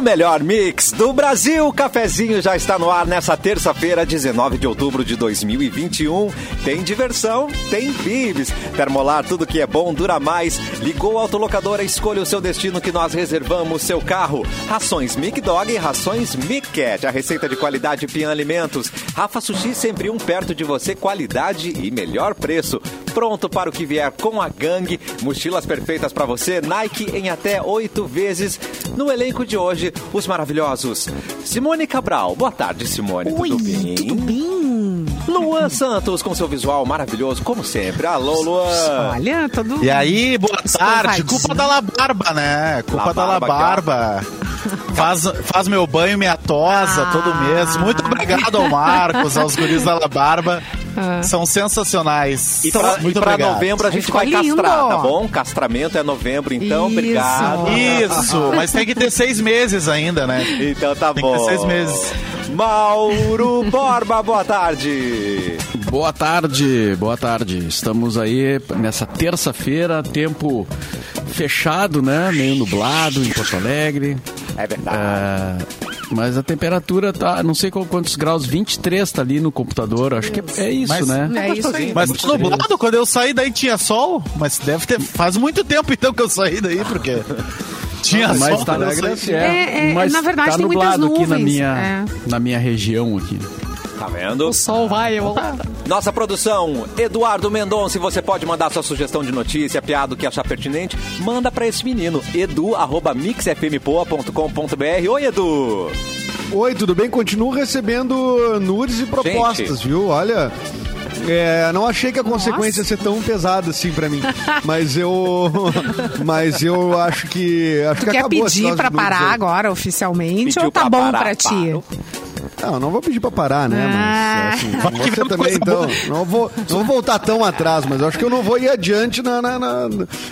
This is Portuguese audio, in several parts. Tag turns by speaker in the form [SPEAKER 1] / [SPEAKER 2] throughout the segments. [SPEAKER 1] melhor mix do Brasil. O cafezinho já está no ar nessa terça-feira, 19 de outubro de 2021. Tem diversão, tem bibs. Termolar, tudo que é bom dura mais. Ligou o autolocadora, escolha o seu destino que nós reservamos seu carro. Rações Mic Dog e rações Mic Cat. A receita de qualidade Pian Alimentos. Rafa Sushi, sempre um perto de você. Qualidade e melhor preço. Pronto para o que vier com a gangue. Mochilas perfeitas para você. Nike em até oito vezes. No elenco de hoje, os maravilhosos Simone Cabral. Boa tarde, Simone.
[SPEAKER 2] Oi,
[SPEAKER 1] tudo bem?
[SPEAKER 2] tudo bem?
[SPEAKER 1] Luan Santos, com seu visual maravilhoso, como sempre. Alô, Luan.
[SPEAKER 2] Olha, tá todo
[SPEAKER 3] E aí, boa tarde.
[SPEAKER 2] Escovadinho.
[SPEAKER 3] Culpa da labarba, né? Culpa da
[SPEAKER 1] Labarba,
[SPEAKER 3] labarba. Faz, faz meu banho, minha tosa
[SPEAKER 2] Ah.
[SPEAKER 3] todo mês. Muito obrigado ao Marcos, aos guris da labarba. São sensacionais.
[SPEAKER 1] E pra,
[SPEAKER 3] Muito
[SPEAKER 1] e pra
[SPEAKER 3] obrigado.
[SPEAKER 1] novembro a gente
[SPEAKER 2] Ficou
[SPEAKER 1] vai castrar,
[SPEAKER 2] lindo.
[SPEAKER 1] tá bom? Castramento é novembro, então,
[SPEAKER 2] Isso.
[SPEAKER 1] obrigado.
[SPEAKER 3] Isso, mas tem que ter seis meses ainda, né?
[SPEAKER 1] Então tá
[SPEAKER 3] Tem que ter
[SPEAKER 1] bom.
[SPEAKER 3] seis meses.
[SPEAKER 1] Mauro Borba, boa tarde.
[SPEAKER 4] Boa tarde, boa tarde. Estamos aí nessa terça-feira, tempo fechado, né? Meio nublado em Porto Alegre.
[SPEAKER 1] É verdade.
[SPEAKER 4] Ah, mas a temperatura tá, não sei qual- quantos graus, 23 tá ali no computador. Acho que é, é isso,
[SPEAKER 3] Mas-
[SPEAKER 4] né?
[SPEAKER 2] É isso aí.
[SPEAKER 3] Mas tudo nublado, quando eu saí daí tinha sol, mas deve ter. Faz muito tempo então que eu saí daí, porque. Tinha sol.
[SPEAKER 4] Mas tá
[SPEAKER 3] quando eu
[SPEAKER 4] na
[SPEAKER 3] saí.
[SPEAKER 4] grande,
[SPEAKER 2] É, é,
[SPEAKER 4] mas
[SPEAKER 2] na verdade
[SPEAKER 4] tá
[SPEAKER 2] tem muitas
[SPEAKER 4] nublado aqui na
[SPEAKER 2] nuvens, é.
[SPEAKER 4] minha, na minha região aqui.
[SPEAKER 1] Tá vendo?
[SPEAKER 4] Sol vai, eu
[SPEAKER 1] Nossa produção, Eduardo Mendonça, e você pode mandar sua sugestão de notícia, piada o que achar pertinente, manda pra esse menino, edu.mixfmpoa.com.br. Oi, Edu!
[SPEAKER 5] Oi, tudo bem? Continuo recebendo nudes e propostas,
[SPEAKER 1] Gente.
[SPEAKER 5] viu? Olha. é, não achei que a consequência ia
[SPEAKER 2] Nossa.
[SPEAKER 5] ser tão pesada assim pra mim, mas eu, mas eu acho que acho que
[SPEAKER 2] Quer
[SPEAKER 5] acabou esse
[SPEAKER 2] pedir
[SPEAKER 5] troço
[SPEAKER 2] pra
[SPEAKER 5] de nudes
[SPEAKER 2] parar
[SPEAKER 5] aí.
[SPEAKER 2] agora oficialmente
[SPEAKER 1] Pediu
[SPEAKER 2] ou tá
[SPEAKER 1] pra
[SPEAKER 2] bom
[SPEAKER 1] parar,
[SPEAKER 2] pra ti? É
[SPEAKER 1] parou.
[SPEAKER 5] Não, não vou pedir pra parar, né?
[SPEAKER 2] Ah.
[SPEAKER 5] Mas assim,
[SPEAKER 3] Vai que
[SPEAKER 5] você
[SPEAKER 3] vem
[SPEAKER 5] também,
[SPEAKER 3] coisa
[SPEAKER 5] então.
[SPEAKER 2] um-
[SPEAKER 5] Não vou, não vou voltar tão atrás, mas eu acho que eu não vou ir adiante na, na- na-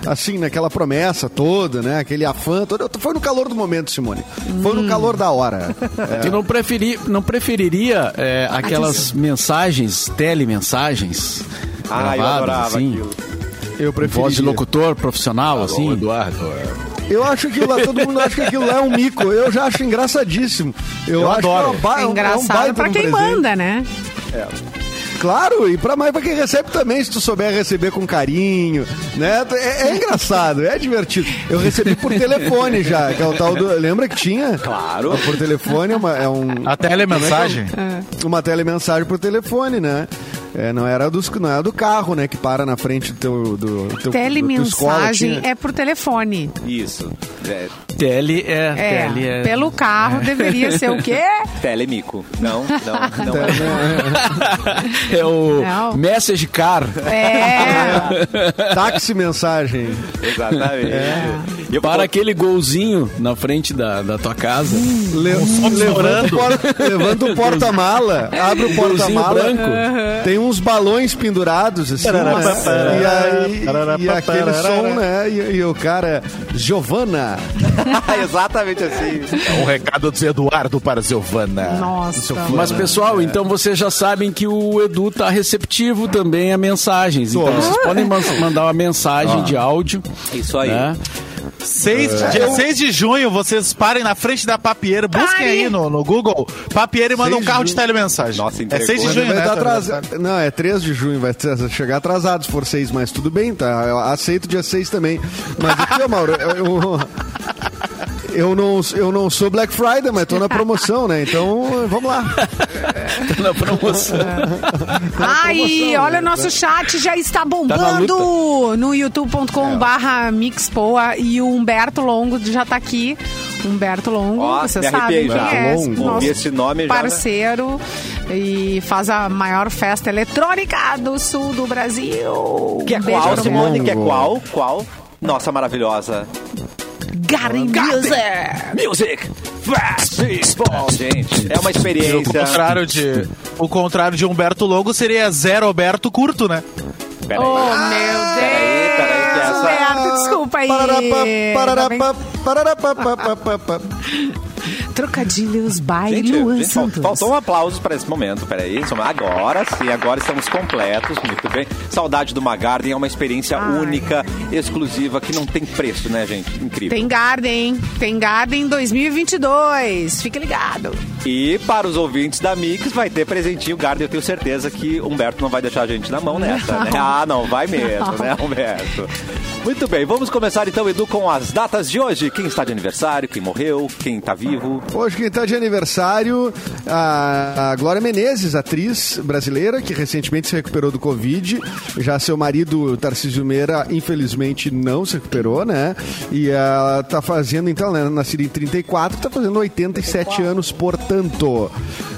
[SPEAKER 5] assim, naquela promessa toda, né? Aquele afã todo. Foi no calor do momento, Simone. Foi no calor da hora.
[SPEAKER 2] É.
[SPEAKER 4] Tu não, preferi, não preferiria é, aquelas mensagens, telemensagens?
[SPEAKER 1] Ah, eu
[SPEAKER 4] gravadas,
[SPEAKER 1] adorava
[SPEAKER 4] assim?
[SPEAKER 1] aquilo.
[SPEAKER 5] Eu prefiro.
[SPEAKER 4] Voz de locutor
[SPEAKER 1] Tá
[SPEAKER 4] profissional, assim?
[SPEAKER 3] Eduardo.
[SPEAKER 5] Eu acho que lá, todo mundo acha que aquilo lá é um mico. Eu já acho engraçadíssimo. Eu,
[SPEAKER 3] Eu
[SPEAKER 5] acho
[SPEAKER 3] adoro.
[SPEAKER 5] Que é, uma ba-
[SPEAKER 2] É
[SPEAKER 5] é um- é um
[SPEAKER 2] engraçado
[SPEAKER 5] baita
[SPEAKER 2] pra
[SPEAKER 5] de um
[SPEAKER 2] quem
[SPEAKER 5] presente.
[SPEAKER 2] manda, né?
[SPEAKER 5] Claro, e pra mais pra quem recebe também, se tu souber receber com carinho, né? É, é engraçado, é divertido. Eu recebi por telefone já, que é o tal do. Lembra que tinha?
[SPEAKER 1] Claro.
[SPEAKER 5] Por telefone é, uma, é um,
[SPEAKER 3] A telemensagem.
[SPEAKER 5] É. uma telemensagem por telefone, né? É, não, era dos, não era do carro, né? Que para na frente do teu. Do, teu da tua escola,
[SPEAKER 2] Telemensagem
[SPEAKER 5] tinha.
[SPEAKER 2] é por telefone.
[SPEAKER 1] Isso. É,
[SPEAKER 4] Tele é,
[SPEAKER 2] É,
[SPEAKER 4] tele é.
[SPEAKER 2] pelo carro deveria ser o quê?
[SPEAKER 1] telemico. Não, não, não.
[SPEAKER 5] Tele-
[SPEAKER 4] É o
[SPEAKER 2] Não.
[SPEAKER 4] message car.
[SPEAKER 2] É.
[SPEAKER 5] Táxi mensagem.
[SPEAKER 1] é. Exatamente.
[SPEAKER 3] É.
[SPEAKER 1] E eu vou
[SPEAKER 4] Para aquele golzinho na frente da, da tua casa.
[SPEAKER 5] Le- levanta, o porta- levanta o porta-mala, abre o porta-mala.
[SPEAKER 4] branco.
[SPEAKER 5] Tem uns balões pendurados, assim. né? E aí, e aquele som, né? E, e o cara, Giovanna.
[SPEAKER 1] Ah, Exatamente assim.
[SPEAKER 3] O é um recado do Eduardo para Giovana.
[SPEAKER 2] Nossa.
[SPEAKER 4] Mas,
[SPEAKER 1] É.
[SPEAKER 4] pessoal, então vocês já sabem que o Edu tá receptivo também a mensagens. Então vocês podem man- mandar uma mensagem de áudio.
[SPEAKER 3] É?
[SPEAKER 1] Isso aí.
[SPEAKER 4] né?
[SPEAKER 3] 6,
[SPEAKER 5] É.
[SPEAKER 3] dia 6 de junho, vocês parem na frente da Papieira. Busquem
[SPEAKER 2] Pare!
[SPEAKER 3] aí no, no Google. Papieira e manda
[SPEAKER 5] 6
[SPEAKER 3] um carro
[SPEAKER 5] de
[SPEAKER 3] de telemensagem.
[SPEAKER 1] Nossa,
[SPEAKER 3] é
[SPEAKER 1] entregou.
[SPEAKER 3] 6 de
[SPEAKER 5] Mas
[SPEAKER 3] junho,
[SPEAKER 5] vai
[SPEAKER 3] né?
[SPEAKER 5] tá
[SPEAKER 3] tá
[SPEAKER 5] atras-
[SPEAKER 3] aniversário?
[SPEAKER 5] Não, é 3 de junho, vai ter- chegar atrasado se for 6, mas tudo bem, tá? Eu aceito dia 6 também. Mas aqui, ó, Mauro, eu, eu, eu não, eu não sou Black Friday, mas tô na promoção, né? Então, vamos lá.
[SPEAKER 4] Tá na promoção.
[SPEAKER 2] Ai, olha, o nosso chat já está bombando no youtube.com/barra mixpoa e o Humberto Longo já está aqui. Humberto Longo,
[SPEAKER 1] Ó,
[SPEAKER 2] você
[SPEAKER 1] me
[SPEAKER 2] sabe
[SPEAKER 1] arrepiei
[SPEAKER 2] quem
[SPEAKER 1] já.
[SPEAKER 2] é,
[SPEAKER 1] Longo.
[SPEAKER 2] nosso
[SPEAKER 1] Ouvi esse nome já, né?
[SPEAKER 2] parceiro e faz a maior festa eletrônica do sul do Brasil.
[SPEAKER 1] Que é
[SPEAKER 2] Um beijo
[SPEAKER 1] qual,
[SPEAKER 2] pro
[SPEAKER 1] Simone?
[SPEAKER 5] Bruno.
[SPEAKER 1] Que é qual? Qual? Nossa maravilhosa.
[SPEAKER 2] Garden Music.
[SPEAKER 1] Music Festival, gente. É uma
[SPEAKER 3] O
[SPEAKER 1] experiência.
[SPEAKER 3] contrário, de, o contrário de Humberto Longo seria Zero Alberto Curto, né?
[SPEAKER 1] Peraí.
[SPEAKER 2] Oh, meu
[SPEAKER 1] Ah, peraí,
[SPEAKER 2] Deus.
[SPEAKER 1] peraí, que essa-
[SPEAKER 2] Humberto, desculpa aí.
[SPEAKER 5] Pararapá,
[SPEAKER 2] Tá bem?
[SPEAKER 5] pararapá, pararapá, pá, pá, pá, pá.
[SPEAKER 2] Trocadilhos by
[SPEAKER 1] Gente,
[SPEAKER 2] Luan
[SPEAKER 1] gente, fal-
[SPEAKER 2] Santos.
[SPEAKER 1] faltou um aplauso para esse momento. Peraí, só- agora sim, agora estamos completos. Muito bem. Saudade do Magarden é uma experiência
[SPEAKER 2] Ai.
[SPEAKER 1] única, exclusiva, que não tem preço, né, gente? Incrível.
[SPEAKER 2] Tem Garden, hein? Tem Garden 2022. Fique ligado.
[SPEAKER 1] E para os ouvintes da Mix, vai ter presentinho Garden. Eu tenho certeza que Humberto não vai deixar a gente na mão nessa, né? Ah, não, vai mesmo, né, Humberto? Muito bem, vamos começar então, Edu, com as datas de hoje. Quem está de aniversário, quem morreu, quem está vivo.
[SPEAKER 5] Hoje quem está de aniversário, a, a Glória Menezes, atriz brasileira, que recentemente se recuperou do Covid. Já seu marido, Tarcísio Meira, infelizmente não se recuperou, né? E ela tá fazendo, então, né, nascida em 34, tá fazendo 87 anos, portanto.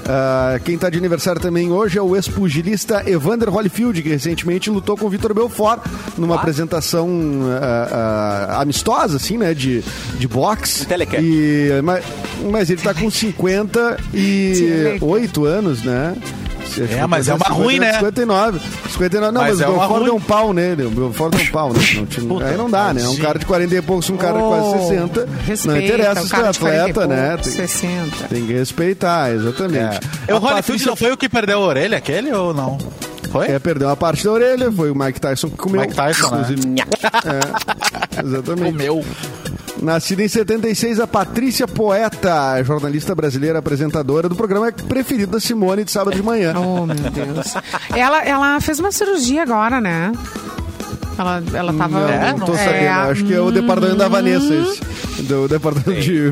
[SPEAKER 5] Ah, quem tá de aniversário também hoje é o ex-pugilista Evander Holyfield, que recentemente lutou com o Vitor Belfort numa apresentação ah, ah, amistosa, assim, né? De, de boxe.
[SPEAKER 1] telecast.
[SPEAKER 5] E e- mas, mas ele tá com 58 anos, né? Acho que
[SPEAKER 3] É, mas é uma
[SPEAKER 5] 59,
[SPEAKER 3] ruim, né?
[SPEAKER 5] 59. 59, não,
[SPEAKER 3] Mas
[SPEAKER 5] mas,
[SPEAKER 3] é
[SPEAKER 5] o
[SPEAKER 3] uma
[SPEAKER 5] Belfort
[SPEAKER 3] ruim.
[SPEAKER 5] deu um pau nele. O Belfort deu um pau, né? Não tinha-
[SPEAKER 3] Puta,
[SPEAKER 5] aí não dá, né? Um
[SPEAKER 3] tadinho.
[SPEAKER 5] cara de 40 e poucos, um cara de
[SPEAKER 2] Oh,
[SPEAKER 5] quase 60.
[SPEAKER 2] respeita,
[SPEAKER 5] não interessa
[SPEAKER 2] o
[SPEAKER 5] se tu é
[SPEAKER 2] cara de 40 e
[SPEAKER 5] atleta, né?
[SPEAKER 2] poucos,
[SPEAKER 5] Tem,
[SPEAKER 2] 60.
[SPEAKER 5] tem que respeitar, exatamente.
[SPEAKER 3] É, o
[SPEAKER 5] A
[SPEAKER 3] Holyfield
[SPEAKER 5] Patrícia-
[SPEAKER 3] não foi o que perdeu a orelha, aquele ou não? Foi?
[SPEAKER 5] É, perdeu uma parte da orelha, foi o Mike Tyson que comeu.
[SPEAKER 3] Mike Tyson, né?
[SPEAKER 5] Inclusive. É, exatamente.
[SPEAKER 4] meu.
[SPEAKER 5] Nascida em 76, a Patrícia Poeta, jornalista brasileira, apresentadora do programa preferido da Simone de sábado de manhã.
[SPEAKER 2] Oh, meu Deus. ela, ela fez uma cirurgia agora, né? Ela, ela tava.
[SPEAKER 5] Não, não tô sabendo. Acho que é o
[SPEAKER 2] Hum.
[SPEAKER 5] departamento da Vanessa, esse. Do departamento de,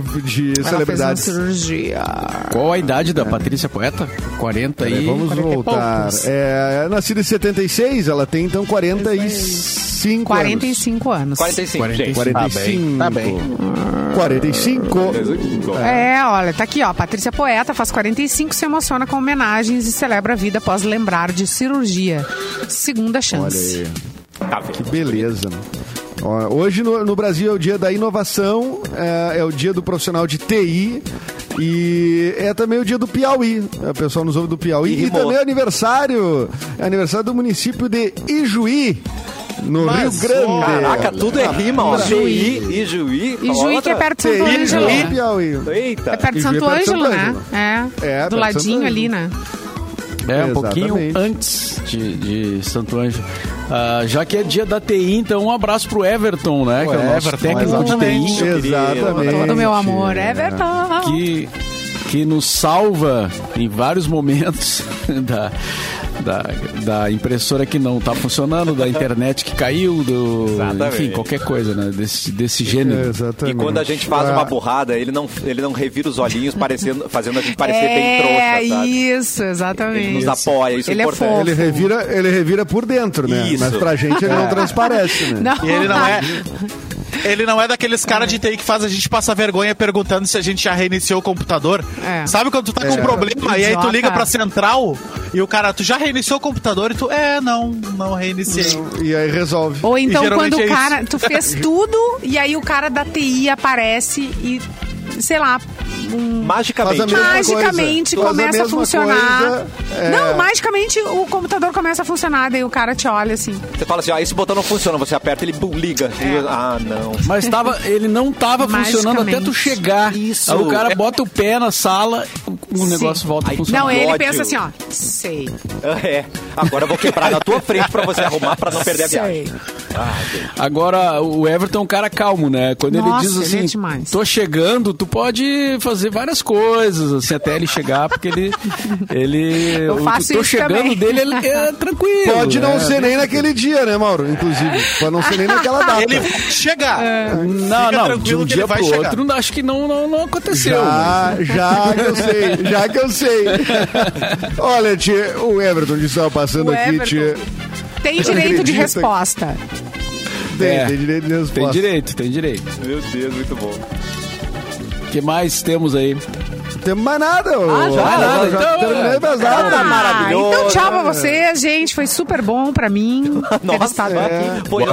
[SPEAKER 2] Ela
[SPEAKER 5] de
[SPEAKER 2] fez um uma
[SPEAKER 5] celebridades.
[SPEAKER 2] cirurgia.
[SPEAKER 4] Qual a idade da Patrícia Poeta? 40 e...
[SPEAKER 5] É, Vamos
[SPEAKER 2] Quarenta e
[SPEAKER 5] voltar.
[SPEAKER 2] poucos.
[SPEAKER 5] É, nascida em 76, ela tem então 45 anos.
[SPEAKER 2] 45 anos.
[SPEAKER 1] 45, gente.
[SPEAKER 5] 45.
[SPEAKER 3] Tá bem,
[SPEAKER 5] 45.
[SPEAKER 2] É, olha, tá aqui, ó. Patrícia Poeta faz 45, se emociona com homenagens e celebra a vida após lembrar de cirurgia. Segunda chance.
[SPEAKER 1] Tá vendo?
[SPEAKER 5] Beleza. né? Ó, Hoje no, no Brasil é o dia da inovação, é, é o dia do profissional de TI e é também o dia do Piauí. O pessoal nos ouve do Piauí.
[SPEAKER 1] E
[SPEAKER 5] E,
[SPEAKER 1] rimou.
[SPEAKER 5] também é aniversário. É aniversário do município de Ijuí, no
[SPEAKER 3] Mas,
[SPEAKER 5] Rio Grande.
[SPEAKER 3] olha,
[SPEAKER 1] Caraca, tudo é rima, ó. Juí, Ijuí.
[SPEAKER 2] E Juí, que é perto de Santo
[SPEAKER 5] TI,
[SPEAKER 2] Ângelo.
[SPEAKER 5] Ijuí,
[SPEAKER 2] né?
[SPEAKER 5] Piauí.
[SPEAKER 1] Eita.
[SPEAKER 2] É perto de
[SPEAKER 5] Ijuí é
[SPEAKER 2] Santo
[SPEAKER 5] perto de
[SPEAKER 2] Ângelo,
[SPEAKER 5] Santo
[SPEAKER 2] né?
[SPEAKER 5] Ângelo.
[SPEAKER 2] É.
[SPEAKER 5] É, perto
[SPEAKER 2] Do
[SPEAKER 5] de
[SPEAKER 2] ladinho
[SPEAKER 5] Santo
[SPEAKER 2] ali, né?
[SPEAKER 4] É, um
[SPEAKER 5] Exatamente.
[SPEAKER 4] pouquinho antes de, de Santo Anjo. Ah, já que é dia da TI, então um abraço pro Everton, né? que é o nosso
[SPEAKER 3] Everton,
[SPEAKER 4] técnico de
[SPEAKER 3] exatamente.
[SPEAKER 4] TI.
[SPEAKER 5] um Exatamente.
[SPEAKER 2] Todo meu amor. É verdade.
[SPEAKER 4] que, que nos salva em vários momentos da, da, da impressora que não está funcionando, da internet que caiu, do,
[SPEAKER 1] Exatamente.
[SPEAKER 4] enfim, qualquer coisa né, desse, desse gênero.
[SPEAKER 1] E
[SPEAKER 5] É, Exatamente.
[SPEAKER 1] quando a gente faz uma
[SPEAKER 5] Ah,
[SPEAKER 1] burrada, ele não, ele não revira os olhinhos, parecendo, fazendo a gente parecer bem
[SPEAKER 2] É,
[SPEAKER 1] trouxa, sabe?
[SPEAKER 2] isso, exatamente.
[SPEAKER 1] Ele nos apoia, isso
[SPEAKER 2] Ele
[SPEAKER 1] é
[SPEAKER 2] é
[SPEAKER 1] importante.
[SPEAKER 2] fofo.
[SPEAKER 5] Ele revira, ele revira por dentro, né?
[SPEAKER 1] Isso. É.
[SPEAKER 5] Mas pra gente ele não transparece, né?
[SPEAKER 2] Não.
[SPEAKER 3] E ele não é. Ele não é daqueles caras de TI que faz a gente passar vergonha perguntando se a gente já reiniciou o computador.
[SPEAKER 2] É.
[SPEAKER 3] Sabe quando tu tá com um problema e aí tu
[SPEAKER 2] Idiota.
[SPEAKER 3] liga pra central e o cara, tu já reiniciou o computador e tu, é, não, não reiniciei.
[SPEAKER 5] E aí resolve.
[SPEAKER 2] Ou então
[SPEAKER 3] geralmente
[SPEAKER 2] quando
[SPEAKER 3] é
[SPEAKER 2] o
[SPEAKER 3] isso.
[SPEAKER 2] cara. Tu fez tudo e aí o cara da TI aparece e, sei lá, um-
[SPEAKER 1] Magicamente.
[SPEAKER 5] Faz a mesma
[SPEAKER 2] magicamente
[SPEAKER 5] coisa. Faz a
[SPEAKER 2] começa a
[SPEAKER 5] mesma
[SPEAKER 2] funcionar.
[SPEAKER 5] coisa, é.
[SPEAKER 2] Não, magicamente o computador começa a funcionar, daí o cara te olha assim.
[SPEAKER 1] Você fala assim, ah, esse botão não funciona, você aperta, ele bum, liga.
[SPEAKER 2] É.
[SPEAKER 1] E- Ah, não.
[SPEAKER 4] Mas tava, ele não estava funcionando até tu
[SPEAKER 2] Magicamente.
[SPEAKER 4] chegar.
[SPEAKER 1] Isso.
[SPEAKER 4] Aí o cara bota o pé na sala, o o
[SPEAKER 2] Sim.
[SPEAKER 4] negócio volta a
[SPEAKER 1] Ai,
[SPEAKER 4] funcionar.
[SPEAKER 2] Não, ele
[SPEAKER 1] ódio.
[SPEAKER 2] pensa assim, ó. Sei.
[SPEAKER 1] É, agora eu vou quebrar na tua frente pra você arrumar pra não perder a viagem.
[SPEAKER 2] sei.
[SPEAKER 4] Agora, o Everton é um cara calmo, né? Quando
[SPEAKER 2] Nossa,
[SPEAKER 4] ele diz assim,
[SPEAKER 2] ele é demais.
[SPEAKER 4] tô chegando, tu pode fazer várias coisas, assim, até ele chegar, porque ele... ele
[SPEAKER 2] Eu
[SPEAKER 4] o
[SPEAKER 2] faço
[SPEAKER 4] tô
[SPEAKER 2] isso
[SPEAKER 4] chegando
[SPEAKER 2] também.
[SPEAKER 4] dele, ele é tranquilo.
[SPEAKER 5] Pode não
[SPEAKER 4] né?
[SPEAKER 5] ser nem naquele dia, né, Mauro? Inclusive. Pode não ser nem
[SPEAKER 4] Ah,
[SPEAKER 5] naquela data.
[SPEAKER 3] Ele chegar.
[SPEAKER 4] Não,
[SPEAKER 3] É. Fica
[SPEAKER 4] não, de
[SPEAKER 3] tranquilo
[SPEAKER 4] um
[SPEAKER 3] que ele
[SPEAKER 4] dia
[SPEAKER 3] vai
[SPEAKER 4] pro
[SPEAKER 3] chegar.
[SPEAKER 4] outro, acho que não, não, não aconteceu. né?
[SPEAKER 5] Já, já que eu sei, já que eu sei. Olha, tia, o Everton que estava passando
[SPEAKER 2] O
[SPEAKER 5] aqui,
[SPEAKER 2] Everton.
[SPEAKER 5] tia.
[SPEAKER 2] Tem direito de
[SPEAKER 5] acredito.
[SPEAKER 2] resposta.
[SPEAKER 5] Tem,
[SPEAKER 4] É.
[SPEAKER 5] tem direito de resposta.
[SPEAKER 4] Tem direito, tem direito.
[SPEAKER 1] Meu Deus, muito bom.
[SPEAKER 4] O que mais temos aí?
[SPEAKER 5] Não tem mais nada. Ah,
[SPEAKER 4] já, nada, então,
[SPEAKER 5] terminei
[SPEAKER 4] é.
[SPEAKER 5] minhas datas.
[SPEAKER 2] Ah,
[SPEAKER 1] maravilhoso.
[SPEAKER 2] Então tchau pra vocês, gente. Foi super bom pra mim. ter estado aqui.
[SPEAKER 1] é. foi,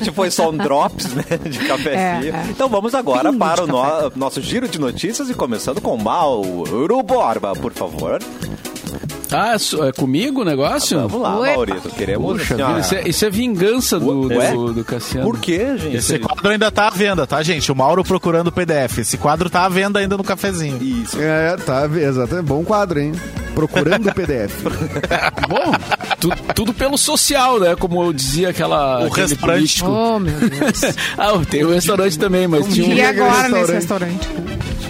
[SPEAKER 1] Hoje foi só um drops né, de cafezinho.
[SPEAKER 2] É, é.
[SPEAKER 1] Então vamos agora
[SPEAKER 2] Pingo
[SPEAKER 1] para o
[SPEAKER 2] de
[SPEAKER 1] no- nosso giro de notícias e começando com o Mauro Borba, por favor.
[SPEAKER 4] Ah, é su- é comigo o negócio?
[SPEAKER 1] Ah, Vamos lá,
[SPEAKER 2] Ué.
[SPEAKER 1] Maurício. Queremos.
[SPEAKER 5] Puxa
[SPEAKER 1] assim, ó,
[SPEAKER 4] Isso é, isso é vingança do,
[SPEAKER 1] Ué?
[SPEAKER 4] do, do Cassiano.
[SPEAKER 1] Por quê, gente?
[SPEAKER 3] Esse quadro ainda tá à venda, tá, gente? O Mauro procurando o PDF. Esse quadro tá à venda ainda no cafezinho.
[SPEAKER 1] Isso.
[SPEAKER 5] É, tá, exatamente. Bom quadro, hein? Procurando o PDF.
[SPEAKER 4] Bom, tu- tudo pelo social, né? Como eu dizia aquela.
[SPEAKER 3] O
[SPEAKER 4] aquele
[SPEAKER 3] restaurante.
[SPEAKER 4] político.
[SPEAKER 2] Oh, meu Deus.
[SPEAKER 4] ah, tem o restaurante também, mas tinha um
[SPEAKER 2] E
[SPEAKER 5] mega
[SPEAKER 2] agora nesse
[SPEAKER 5] restaurante.
[SPEAKER 2] restaurante?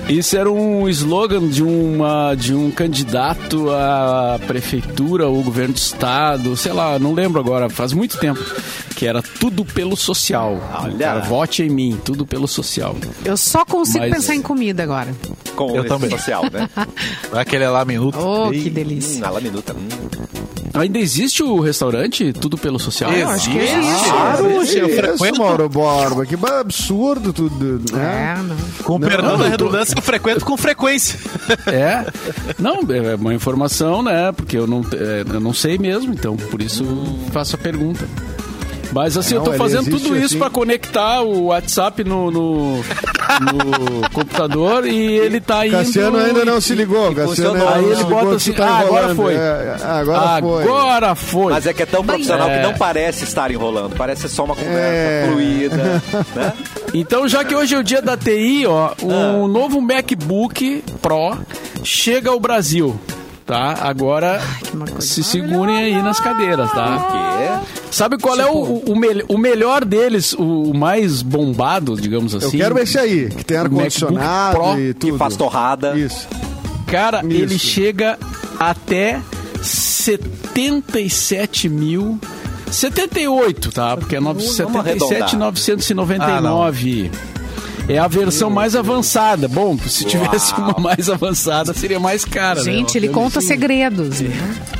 [SPEAKER 4] Isso era um slogan de, uma, de um candidato à prefeitura ou governo do estado, sei lá, não lembro agora, faz muito tempo. Que era tudo pelo social.
[SPEAKER 1] Olha.
[SPEAKER 4] Cara, vote em mim, tudo pelo social.
[SPEAKER 2] Eu só consigo
[SPEAKER 4] Mas-
[SPEAKER 2] pensar em comida agora.
[SPEAKER 1] Com
[SPEAKER 3] Eu
[SPEAKER 1] esse
[SPEAKER 3] também.
[SPEAKER 1] social, né?
[SPEAKER 3] Aquele é lá, minuto.
[SPEAKER 2] Oh,
[SPEAKER 3] Ei,
[SPEAKER 2] que
[SPEAKER 1] hum,
[SPEAKER 2] delícia.
[SPEAKER 1] na laminuta. Hum.
[SPEAKER 4] Ainda existe o restaurante Tudo pelo Social?
[SPEAKER 3] Eu acho
[SPEAKER 2] é
[SPEAKER 3] que
[SPEAKER 4] Existe.
[SPEAKER 3] existe.
[SPEAKER 5] Claro,
[SPEAKER 3] Existe, eu
[SPEAKER 5] É isso,
[SPEAKER 3] frequento.
[SPEAKER 5] Mauro Borba. Que absurdo tudo.
[SPEAKER 2] É,
[SPEAKER 5] Né?
[SPEAKER 2] não.
[SPEAKER 3] Com
[SPEAKER 5] Não,
[SPEAKER 3] perdão da
[SPEAKER 4] eu tô-
[SPEAKER 3] redundância, eu frequento com frequência.
[SPEAKER 4] É. Não, é uma informação, né? Porque eu não, é, eu não sei mesmo, então por isso faço a pergunta. Mas assim, eu
[SPEAKER 5] Não,
[SPEAKER 4] tô
[SPEAKER 5] ele
[SPEAKER 4] fazendo
[SPEAKER 5] existe
[SPEAKER 4] tudo isso
[SPEAKER 5] assim.
[SPEAKER 4] pra conectar o WhatsApp no, no, no computador e ele tá indo...
[SPEAKER 5] Cassiano ainda não se ligou.
[SPEAKER 1] e
[SPEAKER 5] Cassiano
[SPEAKER 1] funcionou.
[SPEAKER 5] ainda
[SPEAKER 1] Aí
[SPEAKER 5] não
[SPEAKER 1] ele
[SPEAKER 5] se
[SPEAKER 4] bota
[SPEAKER 5] ligou.
[SPEAKER 4] assim,
[SPEAKER 5] que tá
[SPEAKER 4] ah, agora
[SPEAKER 5] enrolando.
[SPEAKER 4] foi.
[SPEAKER 5] É, agora foi.
[SPEAKER 4] Agora foi.
[SPEAKER 1] Mas é que é tão profissional
[SPEAKER 4] É.
[SPEAKER 1] que não parece estar enrolando. Parece só uma conversa
[SPEAKER 5] É.
[SPEAKER 1] fluida, né?
[SPEAKER 4] Então, já que hoje é o dia da TI, ó,
[SPEAKER 1] Ah.
[SPEAKER 4] um novo MacBook Pro chega ao Brasil, tá? Agora se segurem aí nas cadeiras,
[SPEAKER 1] é,
[SPEAKER 4] tá?
[SPEAKER 1] Porque
[SPEAKER 4] Sabe qual é o,
[SPEAKER 2] Tipo-
[SPEAKER 4] o, mel- o melhor deles, o, o mais bombado, digamos
[SPEAKER 5] Eu
[SPEAKER 4] assim?
[SPEAKER 5] quero esse aí, que tem
[SPEAKER 4] MacBook
[SPEAKER 5] ar-condicionado
[SPEAKER 4] Pro
[SPEAKER 5] e tudo.
[SPEAKER 1] que faz torrada.
[SPEAKER 5] Isso.
[SPEAKER 4] Cara,
[SPEAKER 5] Isso.
[SPEAKER 4] ele chega até 77 mil... 78, tá? Porque é nove-
[SPEAKER 1] Vamos arredondar. Ah,
[SPEAKER 4] 77,999. é a versão mais avançada. Bom, se tivesse uma mais avançada, seria mais cara. né?
[SPEAKER 2] Gente, ele conta segredos. né?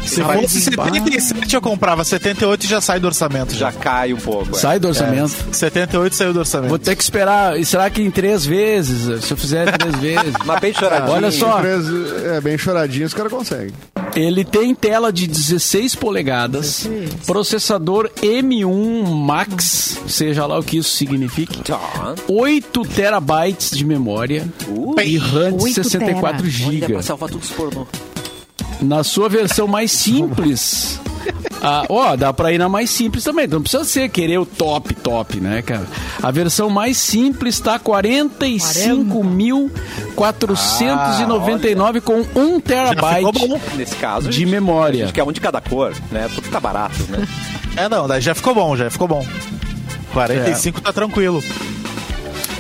[SPEAKER 3] Se fosse 77, eu comprava. 78 já sai do orçamento. Já.
[SPEAKER 1] Já cai um pouco. é.
[SPEAKER 4] Sai do orçamento.
[SPEAKER 3] 78 saiu do
[SPEAKER 4] Vou
[SPEAKER 3] orçamento.
[SPEAKER 4] ter que esperar. E será que em três vezes? Se eu fizer três vezes.
[SPEAKER 1] Mas bem choradinho.
[SPEAKER 4] Olha só.
[SPEAKER 5] Três, é, bem choradinho, os caras conseguem.
[SPEAKER 4] Ele tem tela de 16 polegadas, processador M1 Max, seja lá o que isso signifique.
[SPEAKER 1] Tá.
[SPEAKER 4] 8 terabytes de memória e RAM de
[SPEAKER 2] Oito
[SPEAKER 4] 64
[SPEAKER 2] tera.
[SPEAKER 1] Olha,
[SPEAKER 4] GB.
[SPEAKER 1] pra salvar todos os pornô.
[SPEAKER 4] Na sua versão mais simples. Ah, ó, dá pra ir na mais simples também. então Não precisa ser querer o top, top, né, cara? A versão mais simples tá 45.499 com 1
[SPEAKER 3] Ah, ficou
[SPEAKER 4] terabyte
[SPEAKER 3] bom.
[SPEAKER 1] Nesse caso,
[SPEAKER 4] de
[SPEAKER 1] gente, a
[SPEAKER 4] memória.
[SPEAKER 1] gente quer um de cada cor, né? Porque tá barato, né?
[SPEAKER 3] É, não, daí já ficou bom, já ficou bom. 45 tá tranquilo.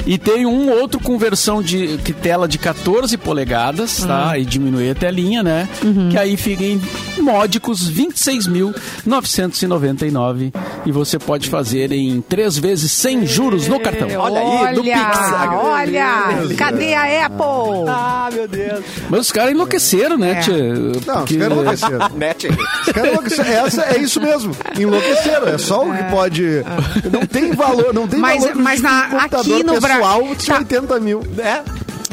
[SPEAKER 4] E tem um outro com versão de que tela de 14 polegadas,
[SPEAKER 2] Uhum.
[SPEAKER 4] tá? E diminui a telinha, né? Que aí fica em módicos
[SPEAKER 6] 26.999 e você pode fazer em 3 vezes sem juros no cartão.
[SPEAKER 1] Olha aí, do Pix.
[SPEAKER 2] Olha, olha, cadê a Apple?
[SPEAKER 1] Ah, meu Deus.
[SPEAKER 6] Mas os caras enlouqueceram, né,
[SPEAKER 2] É.
[SPEAKER 6] tchê?
[SPEAKER 5] Não,
[SPEAKER 6] Porque-
[SPEAKER 5] os caras enlouqueceram.
[SPEAKER 1] Mete
[SPEAKER 5] Os caras enlouqueceram. Essa, é isso mesmo. Enlouqueceram. É só o que pode. Não tem valor, não tem
[SPEAKER 2] Mas-
[SPEAKER 5] valor.
[SPEAKER 2] mas na-
[SPEAKER 5] um computador
[SPEAKER 2] aqui no Bra-
[SPEAKER 5] pessoal de
[SPEAKER 2] Tá.
[SPEAKER 5] 80 mil.
[SPEAKER 1] né?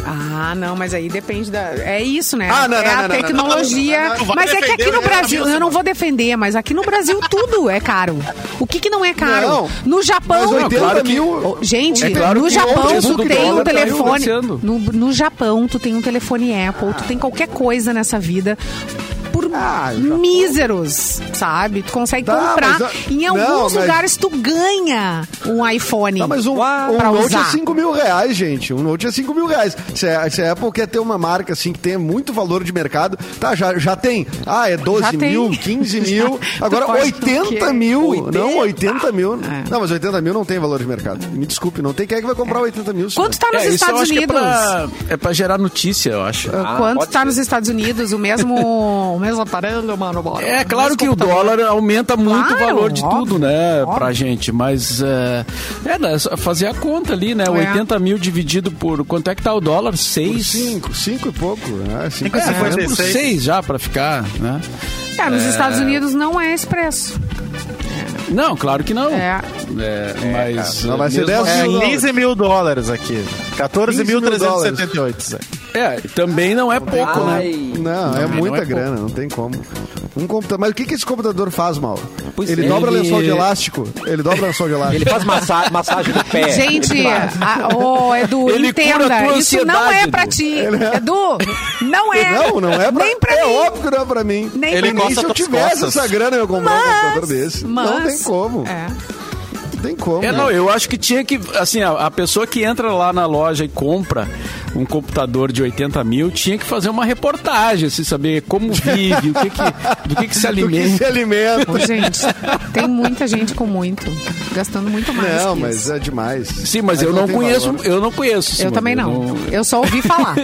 [SPEAKER 2] Ah, não, mas aí depende da. É isso, né?
[SPEAKER 5] Ah, não,
[SPEAKER 2] é a
[SPEAKER 5] não, não, não, não,
[SPEAKER 2] tecnologia.
[SPEAKER 3] não, não, não, não.
[SPEAKER 2] Mas
[SPEAKER 3] Vai
[SPEAKER 2] é que aqui
[SPEAKER 3] defender
[SPEAKER 2] no
[SPEAKER 3] o
[SPEAKER 2] Brasil,
[SPEAKER 3] Renato
[SPEAKER 2] eu não vou defender, mas aqui no Brasil tudo é caro. O que, que não é caro?
[SPEAKER 5] Não,
[SPEAKER 2] no
[SPEAKER 5] Mas
[SPEAKER 2] Japão.
[SPEAKER 5] 80
[SPEAKER 4] claro que-
[SPEAKER 5] mil.
[SPEAKER 2] Gente,
[SPEAKER 5] É claro
[SPEAKER 2] no
[SPEAKER 5] que
[SPEAKER 2] Japão
[SPEAKER 5] hoje
[SPEAKER 2] tu
[SPEAKER 5] o
[SPEAKER 2] tem um
[SPEAKER 5] dólar tá
[SPEAKER 2] telefone.
[SPEAKER 4] descendo.
[SPEAKER 2] No, no Japão, tu tem um telefone Apple, tu tem qualquer coisa nessa vida. Por
[SPEAKER 5] Ah, o Japão.
[SPEAKER 2] míseros, sabe? Tu consegue
[SPEAKER 5] Tá,
[SPEAKER 2] comprar.
[SPEAKER 5] mas a-
[SPEAKER 2] Em
[SPEAKER 5] Não,
[SPEAKER 2] alguns
[SPEAKER 5] mas-
[SPEAKER 2] lugares tu ganha um iPhone.
[SPEAKER 5] Tá, mas um, um
[SPEAKER 2] pra
[SPEAKER 5] Note
[SPEAKER 2] usar.
[SPEAKER 5] é 5 mil reais, gente. Um Note é 5 mil reais. Se a, se a Apple quer ter uma marca assim que tenha muito valor de mercado, tá, já, já tem. Ah, é 12
[SPEAKER 2] Já tem.
[SPEAKER 5] mil, 15 mil.
[SPEAKER 2] Já.
[SPEAKER 5] Agora
[SPEAKER 2] Tu pode-
[SPEAKER 5] 80
[SPEAKER 2] que-
[SPEAKER 5] mil.
[SPEAKER 1] 80?
[SPEAKER 5] Não, 80 mil.
[SPEAKER 2] É.
[SPEAKER 5] Não, mas 80 mil não tem valor de mercado. Me desculpe, não tem. Quem é que vai comprar 80 mil? senhor?
[SPEAKER 2] Quanto tá nos
[SPEAKER 4] É, isso eu
[SPEAKER 2] Estados
[SPEAKER 4] acho que é
[SPEAKER 2] Unidos?
[SPEAKER 4] pra, é pra gerar notícia, eu acho.
[SPEAKER 1] Ah,
[SPEAKER 2] Quanto
[SPEAKER 1] pode
[SPEAKER 2] tá
[SPEAKER 1] ser.
[SPEAKER 2] nos Estados Unidos? O mesmo, o mesmo aparelho, mano. bora.
[SPEAKER 4] É claro
[SPEAKER 2] Mesmo
[SPEAKER 4] que o
[SPEAKER 2] computador.
[SPEAKER 4] dólar aumenta muito
[SPEAKER 2] Claro,
[SPEAKER 4] o valor de
[SPEAKER 2] óbvio,
[SPEAKER 4] tudo, né,
[SPEAKER 2] óbvio.
[SPEAKER 4] pra gente, mas é, é, né, só fazer a conta ali, né, 80 mil dividido por, quanto é que tá o dólar?
[SPEAKER 5] Por
[SPEAKER 4] 6?
[SPEAKER 5] 5, 5 e pouco. Ah, 5
[SPEAKER 3] É,
[SPEAKER 4] É, por
[SPEAKER 3] 56.
[SPEAKER 4] 6 já, pra ficar, né.
[SPEAKER 2] É, nos Estados Unidos não é esse preço.
[SPEAKER 4] Não, claro que não.
[SPEAKER 2] É.
[SPEAKER 4] É, mas...
[SPEAKER 5] Não
[SPEAKER 4] é,
[SPEAKER 5] vai
[SPEAKER 4] mesmo
[SPEAKER 5] ser 10
[SPEAKER 4] assim-
[SPEAKER 3] É,
[SPEAKER 5] mil.
[SPEAKER 3] 15 mil dólares aqui. 14.378. Zé. um.
[SPEAKER 4] É, também não é pouco, né.
[SPEAKER 5] Não, é
[SPEAKER 4] não é
[SPEAKER 5] muita
[SPEAKER 4] pouco.
[SPEAKER 5] grana, não tem como. Um computador. Mas o que, que esse computador faz, Mauro?
[SPEAKER 1] Pois
[SPEAKER 5] ele
[SPEAKER 1] é.
[SPEAKER 5] dobra
[SPEAKER 4] Ele-
[SPEAKER 5] lençol de elástico. Ele dobra lençol de elástico.
[SPEAKER 1] Ele faz massa- massagem do pé.
[SPEAKER 2] Gente, a, ô, Edu,
[SPEAKER 4] Ele
[SPEAKER 2] entenda,
[SPEAKER 4] cura a tua
[SPEAKER 2] isso não é
[SPEAKER 4] ansiedade,
[SPEAKER 2] pra
[SPEAKER 4] Edu.
[SPEAKER 2] ti. Edu, não é.
[SPEAKER 5] Não, não é pra,
[SPEAKER 2] Nem pra
[SPEAKER 5] É
[SPEAKER 2] mim.
[SPEAKER 5] óbvio que não é pra mim.
[SPEAKER 2] Nem
[SPEAKER 3] Ele
[SPEAKER 2] pra mim.
[SPEAKER 5] Nem se eu
[SPEAKER 3] tuas
[SPEAKER 5] tivesse
[SPEAKER 3] costas.
[SPEAKER 5] essa grana, eu ia comprar um computador desse. não
[SPEAKER 2] mas-
[SPEAKER 5] tem como.
[SPEAKER 2] É.
[SPEAKER 5] Não tem como.
[SPEAKER 4] É, não, eu acho que tinha que. Assim, a, a pessoa que entra lá na loja e compra um computador de 80 mil tinha que fazer uma reportagem, assim, saber como vive, o que que, do que, que se
[SPEAKER 5] Do que se
[SPEAKER 4] alimenta.
[SPEAKER 5] alimenta.
[SPEAKER 2] Ô, gente, tem muita gente com muito, gastando muito mais.
[SPEAKER 5] Não,
[SPEAKER 2] que
[SPEAKER 5] mas
[SPEAKER 2] isso.
[SPEAKER 5] é demais.
[SPEAKER 4] Sim, mas, eu
[SPEAKER 5] não
[SPEAKER 4] não
[SPEAKER 5] tem
[SPEAKER 4] conheço,
[SPEAKER 5] valor.
[SPEAKER 4] eu não conheço.
[SPEAKER 2] Eu
[SPEAKER 4] Simone,
[SPEAKER 2] também não. Eu só ouvi falar.